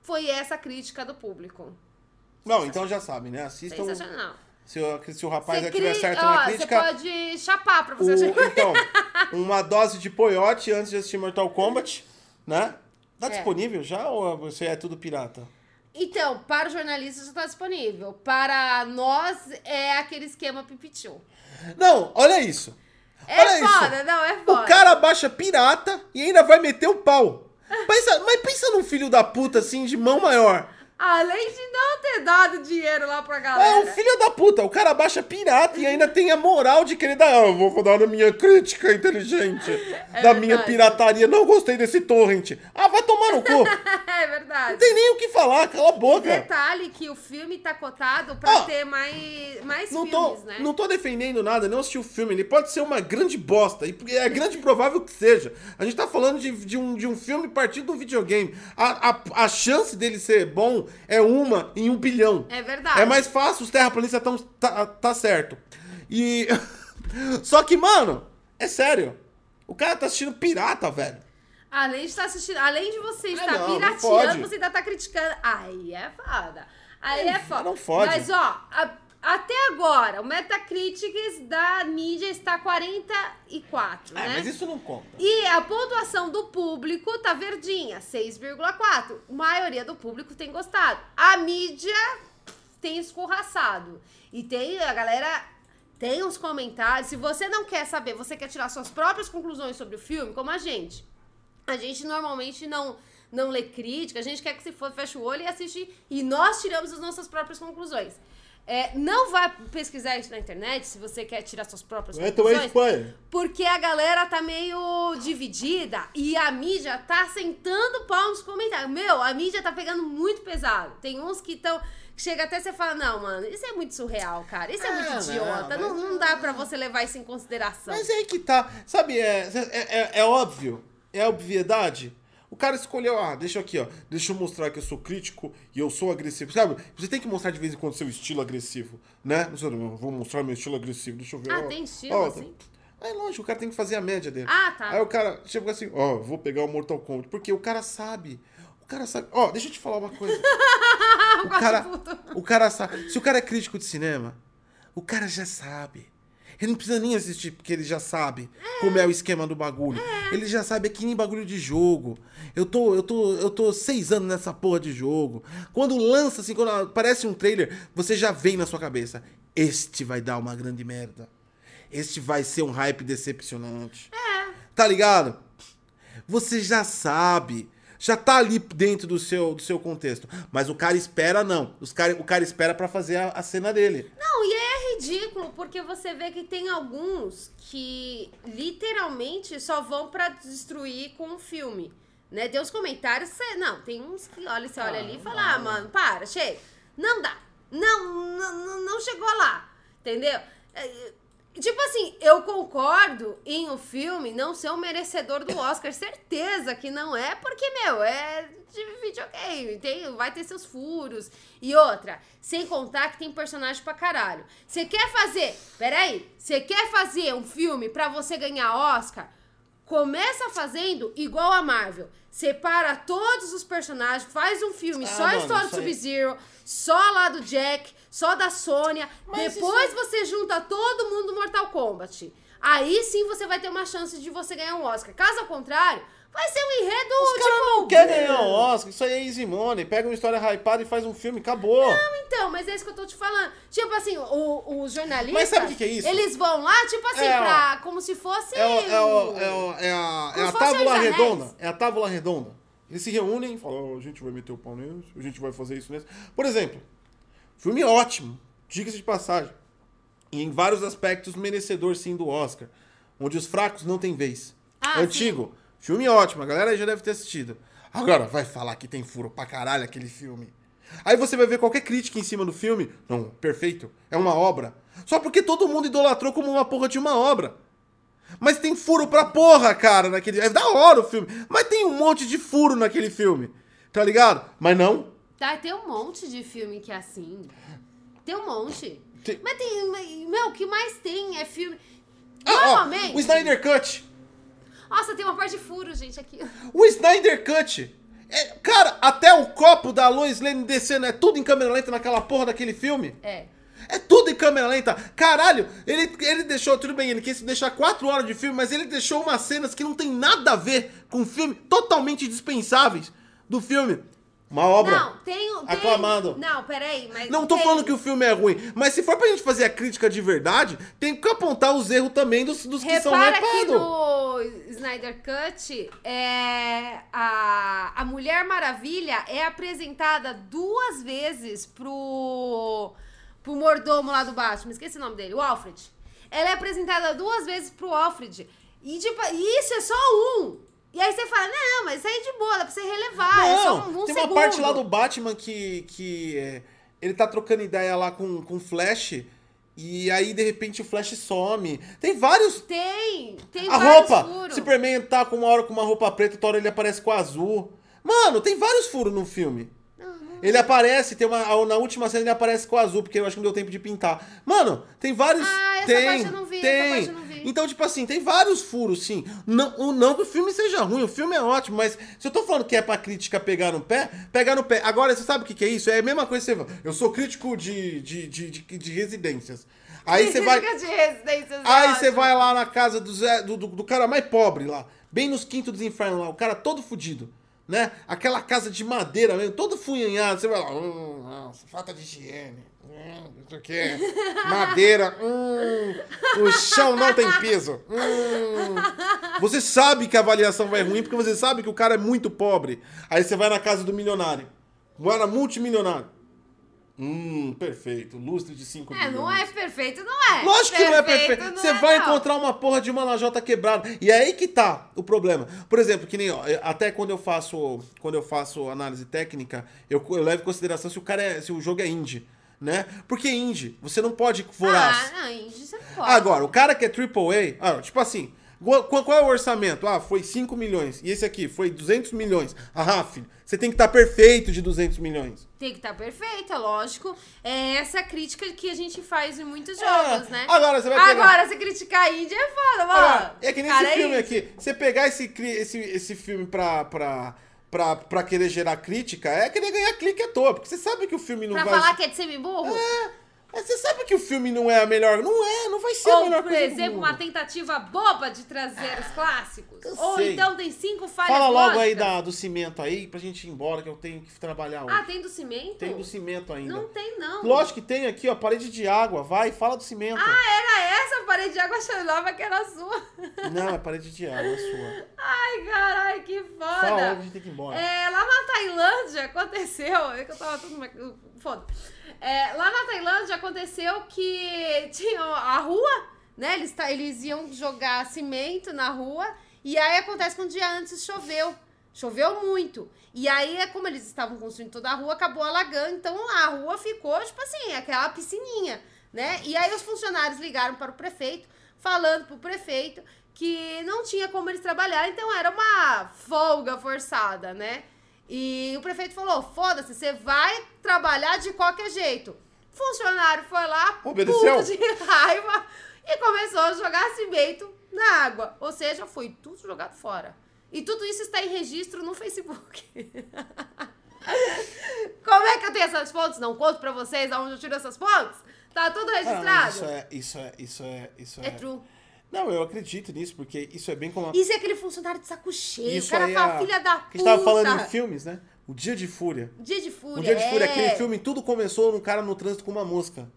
S2: Foi essa a crítica do público.
S1: Não, então já sabe, né? Assistam.
S2: Sensacional.
S1: Se, o- se o rapaz
S2: Você
S1: já tiver
S2: cri-
S1: certo
S2: ó,
S1: na
S2: você
S1: crítica,
S2: pode chapar pra você achar.
S1: O- então, uma dose de Poyote antes de assistir Mortal Kombat, né? Tá
S2: É.
S1: disponível já ou você é tudo pirata?
S2: Então, para os jornalistas já está disponível. Para nós é aquele esquema pipitiu.
S1: Não, olha isso.
S2: É
S1: olha
S2: foda,
S1: isso.
S2: não, é foda.
S1: O cara baixa pirata e ainda vai meter o pau. Pensa- mas pensa num filho da puta assim de mão maior.
S2: Além de não ter dado dinheiro lá pra
S1: É um
S2: galera.
S1: filho da puta, o cara baixa pirata e ainda tem a moral de querer dar. "Ah, eu vou dar a minha crítica inteligente, da minha
S2: É verdade.
S1: pirataria. Não gostei desse torrent. Ah, vai tomar no cu. Não
S2: É verdade.
S1: tem nem o que falar, cala a
S2: É
S1: boca.
S2: Detalhe que o filme tá cotado pra
S1: Ah!
S2: ter mais, mais
S1: Não tô,
S2: filmes, né?
S1: não tô defendendo nada, não assisti o filme. Ele pode ser uma grande bosta, e é grande provável que seja. A gente tá falando de, de um, de um filme partido de um videogame. A, a, a chance dele ser bom é uma em um bilhão.
S2: É verdade.
S1: É mais fácil, os terraplanistas estão. Tá, tá certo. E. Só que, mano, é sério. O cara tá assistindo pirata, velho.
S2: Além de estar assistindo, além de você estar
S1: Ah, não, não pode.
S2: pirateando, você ainda tá criticando. Aí é foda. Aí é foda.
S1: não pode.
S2: Mas ó, a- até agora, o Metacritics da mídia está 44,
S1: É,
S2: né?
S1: mas isso não conta.
S2: E a pontuação do público tá verdinha, 6,4. A maioria do público tem gostado. A mídia tem escorraçado. E tem a galera tem os comentários. Se você não quer saber, você quer tirar suas próprias conclusões sobre o filme, como a gente. A gente normalmente não não lê crítica, a gente quer que se for, fecha o olho e assiste. E nós tiramos as nossas próprias conclusões. É, não vá pesquisar isso na internet se você quer tirar suas próprias conclusões.
S1: Espanha.
S2: Porque a galera tá meio dividida e a mídia tá sentando pau nos comentários. Meu, a mídia tá pegando muito pesado. Tem uns que estão. que Chega até você fala, não, mano, isso é muito surreal, cara. Isso é
S1: Ah, não,
S2: muito idiota. Não,
S1: mas-
S2: não dá pra você levar isso em consideração.
S1: Mas é aí que tá. Sabe, é, é, é- é óbvio. É obviedade. O cara escolheu, ah, deixa aqui, ó. Deixa eu mostrar que eu sou crítico e eu sou agressivo. Sabe? Você tem que mostrar de vez em quando seu estilo agressivo, né? Não sei, não, vou mostrar meu estilo agressivo, deixa eu ver.
S2: Ah,
S1: ó.
S2: tem estilo,
S1: Ó,
S2: assim?
S1: É lógico, o cara tem que fazer a média dele.
S2: Ah, tá.
S1: Aí o cara chega assim, ó, vou pegar o Mortal Kombat. Porque o cara sabe. O cara sabe. Ó, deixa eu te falar uma coisa. o, cara,
S2: puto.
S1: o cara sabe. Se o cara é crítico de cinema, o cara já sabe. Ele não precisa nem assistir, porque ele já sabe como é o esquema do bagulho. Ele já sabe, é que nem bagulho de jogo. Eu tô, eu tô, eu tô seis anos nessa porra de jogo. Quando lança, assim, quando aparece um trailer, você já vem na sua cabeça. Este vai dar uma grande merda. Este vai ser um hype decepcionante. Tá ligado? Você já sabe. Já tá ali dentro do seu, do seu contexto. Mas o cara espera, não. Os cara, o cara espera pra fazer a, a cena dele.
S2: Não, e é ridículo porque você vê que tem alguns que literalmente só vão pra destruir com o filme. Né? Tem uns comentários, cê- não, tem uns que olha, você olha ali e fala, ah, mano, para, chega. Não dá. Não, não, não- não chegou lá. Entendeu? É, e, Tipo assim, eu concordo em o filme não ser um merecedor do Oscar. Certeza que não é, porque, meu, é de videogame. Tem, vai ter seus furos. E outra, sem contar que tem personagem pra caralho. Você quer fazer. Peraí, você quer fazer um filme pra você ganhar Oscar? Começa fazendo igual a Marvel. Separa todos os personagens, faz um filme
S1: Ah,
S2: só a
S1: mano,
S2: história do
S1: isso aí-
S2: Sub-Zero, só lá do Jack, só da Sônia.
S1: Mas é-
S2: Depois você junta todo mundo no Mortal Kombat. Aí sim você vai ter uma chance de você ganhar um Oscar. Caso ao contrário, vai ser um enredo
S1: Os
S2: tipo...
S1: caras não querem ganhar um Oscar. Isso aí é easy money. Pega uma história hypada e faz um filme. Acabou.
S2: Então, mas é isso que eu tô te falando. Tipo assim, o- os jornalistas...
S1: Mas sabe o que que é isso?
S2: Eles vão lá, tipo assim,
S1: É, ó.
S2: pra... Como se fosse... um-
S1: É, o, é, o, é, o, é a, é a
S2: Como se fosse
S1: tábula
S2: Os Anéis.
S1: redonda. É a tábula redonda. Eles se reúnem e falam, "Ó, a gente vai meter o pau nisso, a gente vai fazer isso nesse. Por exemplo, filme ótimo, diga-se de passagem. E em vários aspectos, merecedor sim do Oscar. Onde os fracos não têm vez.
S2: Ah,
S1: Antigo, filme ótimo, a galera já deve ter assistido. Agora, vai falar que tem furo pra caralho aquele filme. Aí você vai ver qualquer crítica em cima do filme. Não, perfeito, é uma obra. Só porque todo mundo idolatrou como uma porra de uma obra. Mas tem furo pra porra, cara, naquele. É da hora o filme. Mas tem um monte de furo naquele filme. Tá ligado? Mas não.
S2: Tá, tem um monte de filme que é assim. Tem um monte.
S1: Tem-
S2: Mas tem... mas, Meu, o que mais tem é filme...
S1: Ah,
S2: Normalmente...
S1: ó, o Snyder Cut.
S2: Nossa, tem uma parte de furo, gente, aqui.
S1: O Snyder Cut. É, cara, até o copo da Lois Lane descendo é tudo em câmera lenta naquela porra daquele filme.
S2: É.
S1: É tudo em câmera lenta. Caralho, ele, ele deixou, tudo bem, ele quis deixar quatro horas de filme, mas ele deixou umas cenas que não tem nada a ver com o filme, totalmente dispensáveis do filme. Uma obra.
S2: Não, tem o. tem-
S1: Aclamado.
S2: Não, peraí, mas.
S1: Não tô
S2: tem-
S1: falando que o filme é ruim, mas se for pra gente fazer a crítica de verdade, tem que apontar os erros também dos, dos que são
S2: Repara que
S1: hypados.
S2: no Snyder Cut, é, a, a Mulher Maravilha é apresentada duas vezes pro, pro mordomo lá do Batman. Esqueci o nome dele, o Alfred. Ela é apresentada duas vezes pro Alfred. E tipo, isso é só um. E aí você fala, não, mas isso aí é de boa, dá pra você relevar. é só um, um
S1: tem
S2: segundo.
S1: uma parte lá do Batman que, que é, ele tá trocando ideia lá com com o Flash e aí de repente o Flash some. Tem vários
S2: Tem, tem
S1: a
S2: vários
S1: roupa,
S2: furos.
S1: Superman tá com uma hora com uma roupa preta, outra hora ele aparece com azul. Mano, tem vários furos no filme. Ele aparece, tem uma a- na última cena ele aparece com azul, porque eu acho que não deu tempo de pintar. Mano, tem vários
S2: Ah, essa
S1: tem,
S2: parte eu não vi, essa
S1: tem.
S2: parte eu não vi.
S1: Então, tipo assim, tem vários furos, sim. Não, o- não que o filme seja ruim, o filme é ótimo, mas se eu tô falando que é pra crítica pegar no pé, pegar no pé. Agora, você sabe o que, que é isso? É a mesma coisa que você fala. Eu sou crítico de, de, de, de, de residências. Aí você vai.
S2: Fica de residências, é
S1: Aí você
S2: ótimo.
S1: vai lá na casa do, Zé- do, do- do cara mais pobre lá, bem nos quintos dos infernos lá, o cara todo fudido, né? Aquela casa de madeira mesmo, todo funhanhado, você vai lá, hum, nossa, falta de higiene, hum, não sei o quê, madeira, hum, o chão não tem piso, hum. Você sabe que a avaliação vai ruim porque você sabe que o cara é muito pobre. Aí você vai na casa do milionário, um cara multimilionário. Hum, perfeito, lustre de 5
S2: É, não é perfeito, não é.
S1: Lógico que não é perfeito.
S2: não
S1: Você
S2: é,
S1: vai
S2: não.
S1: encontrar uma porra de uma lajota quebrada. E é aí que tá o problema. Por exemplo, que nem ó, eu- até quando eu faço quando eu faço análise técnica, eu, co- eu levo em consideração se o cara é, se o jogo é indie, né? Porque indie, você não pode voraz.
S2: Ah, não, Indy, você não pode.
S1: Agora, o cara que é AAA, ah, tipo assim, qual, qual é o orçamento? Ah, foi 5 milhões. E esse aqui foi 200 milhões. Ah, filho, você tem que estar perfeito de 200 milhões.
S2: Tem que estar perfeita, lógico. É essa crítica que a gente faz em muitos jogos,
S1: É,
S2: né?
S1: agora você vai pegar-
S2: Agora, se criticar a Índia é foda, mano.
S1: Ah, é que nem
S2: Cara,
S1: esse filme
S2: é indie.
S1: aqui. Você pegar esse, cri- esse, esse filme pra, pra, pra, pra querer gerar crítica, é querer ganhar clique à toa. Porque você sabe que o filme não
S2: Pra
S1: vai.
S2: falar que é de semi-burro?
S1: É, você sabe que o filme não é a melhor. Não é, não vai ser a
S2: Ou,
S1: melhor
S2: por
S1: coisa. do
S2: exemplo,
S1: mundo.
S2: é uma tentativa boba de trazer os clássicos.
S1: eu
S2: Ou
S1: sei.
S2: então tem cinco falhas
S1: Fala logo aí
S2: lógicas.
S1: da, do cimento aí pra gente ir embora, que eu tenho que trabalhar hoje.
S2: Ah, tem do cimento?
S1: tem do cimento ainda.
S2: Não tem, não.
S1: Lógico que tem aqui, ó, parede de água. Vai, fala do cimento.
S2: Era essa a parede de água xanova que era sua.
S1: Não, é parede de água, é sua.
S2: Ai, caralho, que foda.
S1: Fala logo, a gente tem que ir embora.
S2: É, lá na Tailândia aconteceu. É que eu tava tudo. ma- Foda. É, lá na Tailândia aconteceu que tinha a rua, né? Eles, ta- eles iam jogar cimento na rua. E aí acontece que um dia antes choveu. Choveu muito. E aí, é como eles estavam construindo toda a rua, acabou alagando. Então a rua ficou, tipo assim, aquela piscininha, né? E aí os funcionários ligaram para o prefeito, falando pro prefeito que não tinha como eles trabalhar, então era uma folga forçada, né? E o prefeito falou: foda-se, você vai trabalhar de qualquer jeito. Funcionário foi lá,
S1: Obedeceu?
S2: puto de raiva, e começou a jogar cimento na água. Ou seja, foi tudo jogado fora. E tudo isso está em registro no Facebook. Como é que eu tenho essas fotos? Não conto pra vocês aonde eu tiro essas fotos? Tá tudo
S1: Ah,
S2: registrado?
S1: mas isso é, isso é, isso é, isso
S2: é true.
S1: Não, eu acredito nisso, porque isso é bem como a
S2: Isso é aquele funcionário de saco cheio.
S1: Isso
S2: o cara
S1: aí
S2: fala,
S1: é-
S2: filha da puta.
S1: Que a gente tava falando em filmes, né? O Dia de Fúria.
S2: Dia de Fúria.
S1: o Dia de Fúria,
S2: é.
S1: aquele filme, tudo começou num cara no trânsito com uma mosca.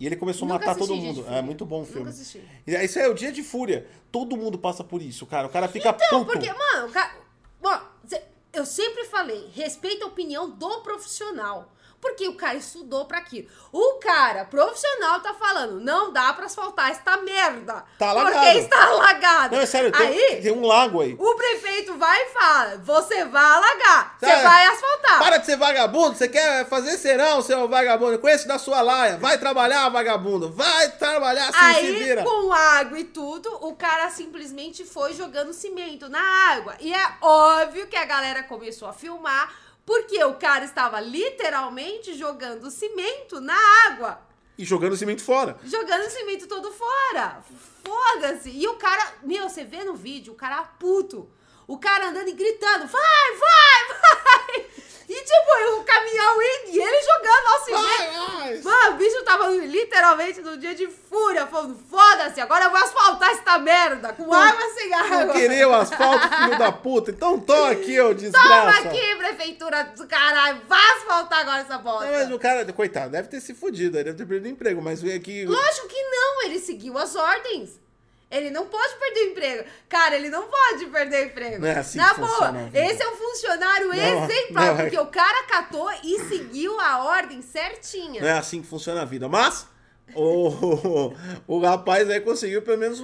S1: E ele começou a
S2: Nunca
S1: matar
S2: assisti
S1: todo
S2: Dia de
S1: mundo.
S2: Fúria.
S1: É muito bom o filme.
S2: Nunca assisti.
S1: E é- Isso é o Dia de Fúria. Todo mundo passa por isso, cara. O cara fica
S2: Não,
S1: puto.
S2: Então, porque, mano, o cara... Bom, cê- eu sempre falei, respeita a opinião do profissional. Porque o cara estudou pra aquilo. O cara profissional tá falando, não dá pra asfaltar esta merda.
S1: Tá
S2: Porque
S1: alagado.
S2: está alagado.
S1: Não, é sério, tem,
S2: Aí,
S1: tem um lago aí.
S2: O prefeito vai e fala: você vai alagar, você
S1: Tá.
S2: vai asfaltar.
S1: Para de ser vagabundo, você quer fazer serão, seu vagabundo. Conheço da sua laia. Vai trabalhar, vagabundo. Vai trabalhar, sim, Assim, se
S2: Aí,
S1: vira.
S2: com água e tudo, o cara simplesmente foi jogando cimento na água. E é óbvio que a galera começou a filmar, porque o cara estava literalmente jogando cimento na água.
S1: E jogando cimento fora.
S2: Jogando cimento todo fora. Foda-se. E o cara, meu, você vê no vídeo, o cara é puto. O cara andando e gritando, vai, vai, vai. E tipo, o caminhão indo e ele jogando ao cimento.
S1: Vai, vai.
S2: Mano, o bicho tava literalmente no dia de fúria, falando, foda-se, agora eu vou asfaltar esta merda, com água sem água.
S1: Não querer o asfalto, filho da puta. Então toma aqui, ô
S2: Toma
S1: desgraça.
S2: aqui, prefeitura do caralho, vai asfaltar agora essa bosta.
S1: Não, mas o cara, coitado, deve ter se fudido, aí deve ter perdido o emprego, mas veio aqui.
S2: Lógico que não, ele seguiu as ordens. Ele não pode perder o emprego. Cara, ele não pode perder o emprego.
S1: Não é assim
S2: Na
S1: que
S2: boa,
S1: funciona a vida.
S2: esse é um funcionário
S1: Não,
S2: exemplar,
S1: não é.
S2: porque o cara catou e seguiu a ordem certinha.
S1: Não é assim que funciona a vida. Mas o, o rapaz aí conseguiu pelo menos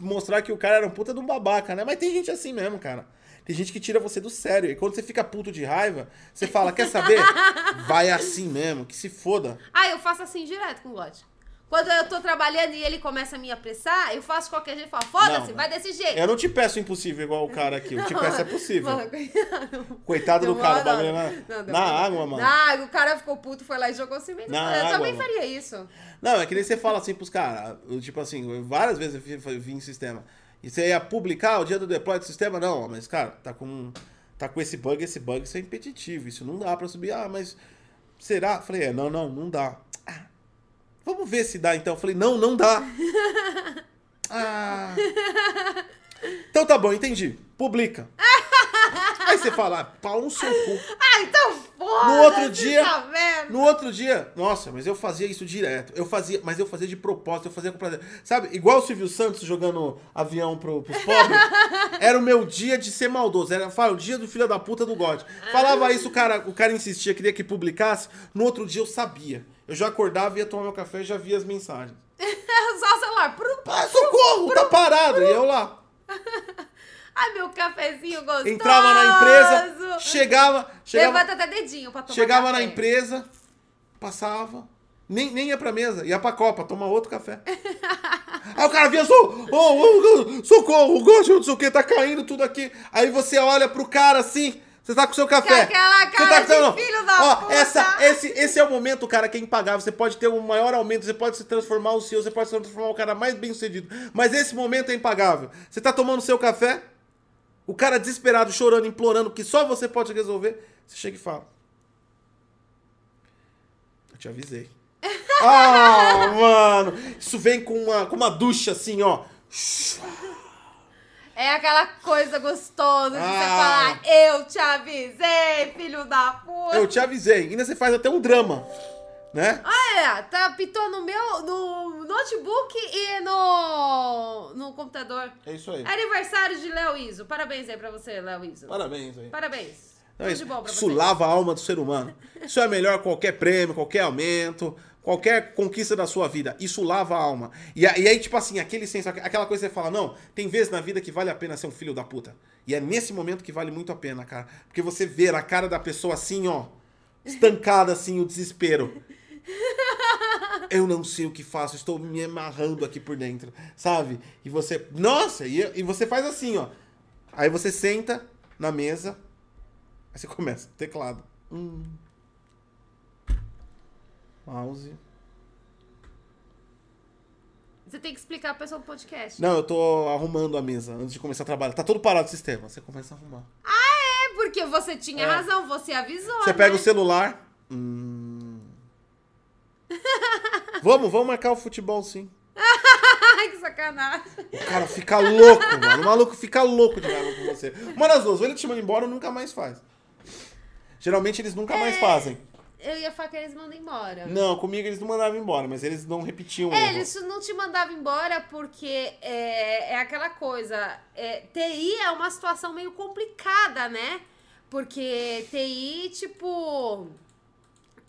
S1: mostrar que o cara era um puta de um babaca, né? Mas tem gente assim mesmo, cara. Tem gente que tira você do sério. E quando você fica puto de raiva, você fala, quer saber? Vai assim mesmo, que se foda.
S2: Ah, eu faço assim direto com o God. Quando eu tô trabalhando e ele começa a me apressar, eu faço qualquer jeito e falo, foda-se,
S1: Não,
S2: vai desse jeito.
S1: Eu não te peço impossível igual o cara aqui. Eu te peço é possível.
S2: Mano, coitado.
S1: Coitado do
S2: Não,
S1: cara, o
S2: não,
S1: bagulho
S2: não.
S1: na,
S2: Não, não.
S1: na água, mano.
S2: Na água, o cara ficou puto, foi lá e jogou cimento.
S1: Na
S2: eu
S1: água,
S2: também
S1: mano.
S2: faria isso.
S1: Não, é que nem você fala assim pros caras. eu, Tipo assim, eu- várias vezes eu vi- eu vim em sistema. E você ia publicar o dia do deploy do sistema? Não, ó, mas cara, tá com, tá com esse bug, esse bug, isso é impeditivo. Isso não dá pra subir. Ah, mas será? Falei, é, não, não, não dá. Ah, vamos ver se dá então. Falei, não, não dá. Ah. Então tá bom, entendi. Publica. Aí você fala, ah, pau no seu cu.
S2: Ah, então foda
S1: No outro dia-
S2: Tá vendo?
S1: No outro dia, nossa, mas eu fazia isso direto. Eu fazia, mas eu fazia de propósito, eu fazia com prazer. Sabe, igual o Silvio Santos jogando avião pro, pros pobres, era o meu dia de ser maldoso. Era, fala, o dia do filho da puta do God. Falava isso, o cara, o cara insistia, queria que publicasse. No outro dia eu sabia. Eu já acordava, ia tomar meu café e já via as mensagens.
S2: Só o celular. Prum, prum.
S1: Ah, socorro, tá parado! E eu lá.
S2: Ai, meu cafezinho gostoso.
S1: Entrava na empresa, chegava, chegava.
S2: Levanta até dedinho pra tomar
S1: Chegava na
S2: café.
S1: empresa, passava, nem, nem ia pra mesa, ia pra copa, tomar outro café. Aí o cara vinha, so, oh, oh, oh, socorro, o gosto, não sei o que, tá caindo tudo aqui. Aí você olha pro cara assim, você tá com seu café.
S2: Com aquela
S1: Você tá
S2: cara
S1: com seu-
S2: de
S1: não.
S2: filho da
S1: Ó,
S2: puta.
S1: Essa, esse, esse é o momento, cara, que é impagável. Você pode ter um maior aumento, você pode se transformar o seu, você pode se transformar o cara mais bem sucedido. Mas esse momento é impagável. Você tá tomando seu café, o cara desesperado, chorando, implorando que só você pode resolver. Você chega e fala. Eu te avisei. ah, mano! Isso vem com uma, com uma ducha assim, ó.
S2: É aquela coisa gostosa de você
S1: Ah.
S2: falar, eu te avisei, filho da puta.
S1: Eu te avisei. Ainda você faz até um drama, né?
S2: Olha, tá pitou no meu, no notebook e no, no computador.
S1: É isso aí.
S2: Aniversário de Léo Iso. Parabéns aí pra você, Léo Iso.
S1: Parabéns aí.
S2: Parabéns.
S1: Não,
S2: Tudo
S1: isso,
S2: de bom pra
S1: Então, isso
S2: você.
S1: lava a alma do ser humano. Isso é melhor que qualquer prêmio, qualquer aumento, qualquer conquista da sua vida. Isso lava a alma. E, a- e aí, tipo assim, aquele senso, aqu- aquela coisa que você fala, não, tem vezes na vida que vale a pena ser um filho da puta. E é nesse momento que vale muito a pena, cara. Porque você vê a cara da pessoa assim, ó, estancada assim, o desespero. Eu não sei o que faço, estou me amarrando aqui por dentro, sabe? E você, nossa, e, e você faz assim, ó. Aí você senta na mesa, Aí você começa, teclado. Hum. Mouse.
S2: Você tem que explicar pra pessoa do podcast.
S1: Não, eu tô arrumando a mesa antes de começar a trabalhar. Tá todo parado o sistema. Você começa a arrumar.
S2: É porque você tinha
S1: É.
S2: razão, você avisou,
S1: Você
S2: né?
S1: pega o celular. Hum. vamos, vamos marcar o futebol sim.
S2: Ai, que sacanagem.
S1: O cara fica louco, mano. O maluco fica louco de raiva com você. Uma das duas, ou ele te manda embora ou nunca mais faz. Geralmente eles nunca
S2: É.
S1: mais fazem.
S2: Eu ia falar que eles mandam embora.
S1: Não, comigo eles não mandavam embora, mas eles não repetiam. o
S2: É,
S1: erro.
S2: eles não te mandavam embora porque é, é aquela coisa. é, TI é uma situação meio complicada, né? Porque TI, tipo.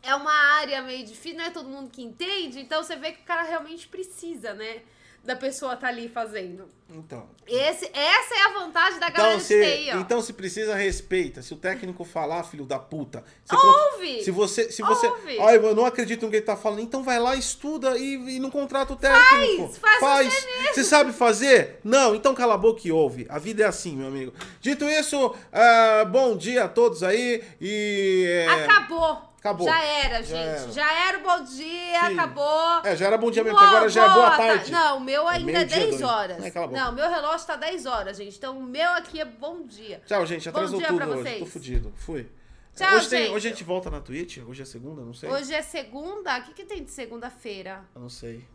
S2: É uma área meio difícil, não é todo mundo que entende, então você vê que o cara realmente precisa, né? Da pessoa tá ali fazendo.
S1: Então,
S2: Esse, essa é a vantagem da galera
S1: Então
S2: de
S1: se,
S2: TI, ó.
S1: então, se precisa, respeita. Se o técnico falar, filho da puta. Você
S2: Ouve!
S1: Se você. Se você
S2: Ouve!
S1: Olha, eu não acredito no que ele tá falando. Então vai lá, estuda e, e não contrata o técnico.
S2: Faz, faz
S1: Você, sabe fazer? Não, então cala a boca e ouve. A vida é assim, meu amigo. Dito isso, ah, bom dia a todos aí. E. é,
S2: Acabou.
S1: Acabou.
S2: Já era,
S1: Já
S2: gente. Já
S1: era.
S2: era, o bom dia,
S1: Sim.
S2: acabou.
S1: É, já era bom dia mesmo, porque agora já é boa tarde.
S2: tá. Não, o meu ainda é,
S1: meio-dia,
S2: 10
S1: dois.
S2: horas.
S1: É, cala a boca.
S2: não, meu relógio tá 10 horas, gente. Então o meu aqui é bom dia.
S1: Tchau, gente. Atrasou
S2: dia
S1: tudo
S2: pra
S1: hoje.
S2: vocês.
S1: Tô fudido. Fui.
S2: Tchau,
S1: hoje, tem-
S2: gente.
S1: hoje a gente volta na Twitch? Hoje é segunda? Não sei.
S2: Hoje é segunda? O que, que tem de segunda-feira?
S1: Eu não sei.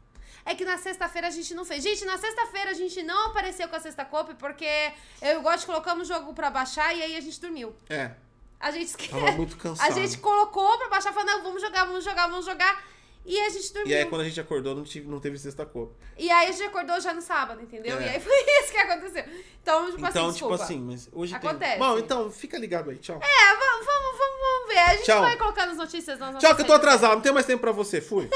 S2: É que na sexta-feira a gente não fez. Gente, na sexta-feira a gente não apareceu com a sexta copa porque eu gosto de colocar um jogo pra baixar e aí a gente dormiu.
S1: É.
S2: A gente esquece.
S1: Tava muito
S2: É, A
S1: cansado.
S2: gente colocou pra baixar, falando, não, vamos jogar, vamos jogar, vamos jogar. E a gente dormiu.
S1: E aí, quando a gente acordou, não, tive, não teve sexta cor.
S2: E aí a gente acordou já no sábado, entendeu?
S1: É.
S2: E aí foi isso que aconteceu. Então, tipo assim,
S1: então, tipo
S2: desculpa.
S1: assim, mas hoje
S2: Acontece.
S1: tem. Bom, então, fica ligado aí. Tchau.
S2: É, vamos, vamos, vamos, vamos ver. A gente
S1: Tchau.
S2: vai colocar nas notícias. Nas
S1: Tchau, que eu tô
S2: nossas redes.
S1: atrasado. Não tenho mais tempo pra você. Fui.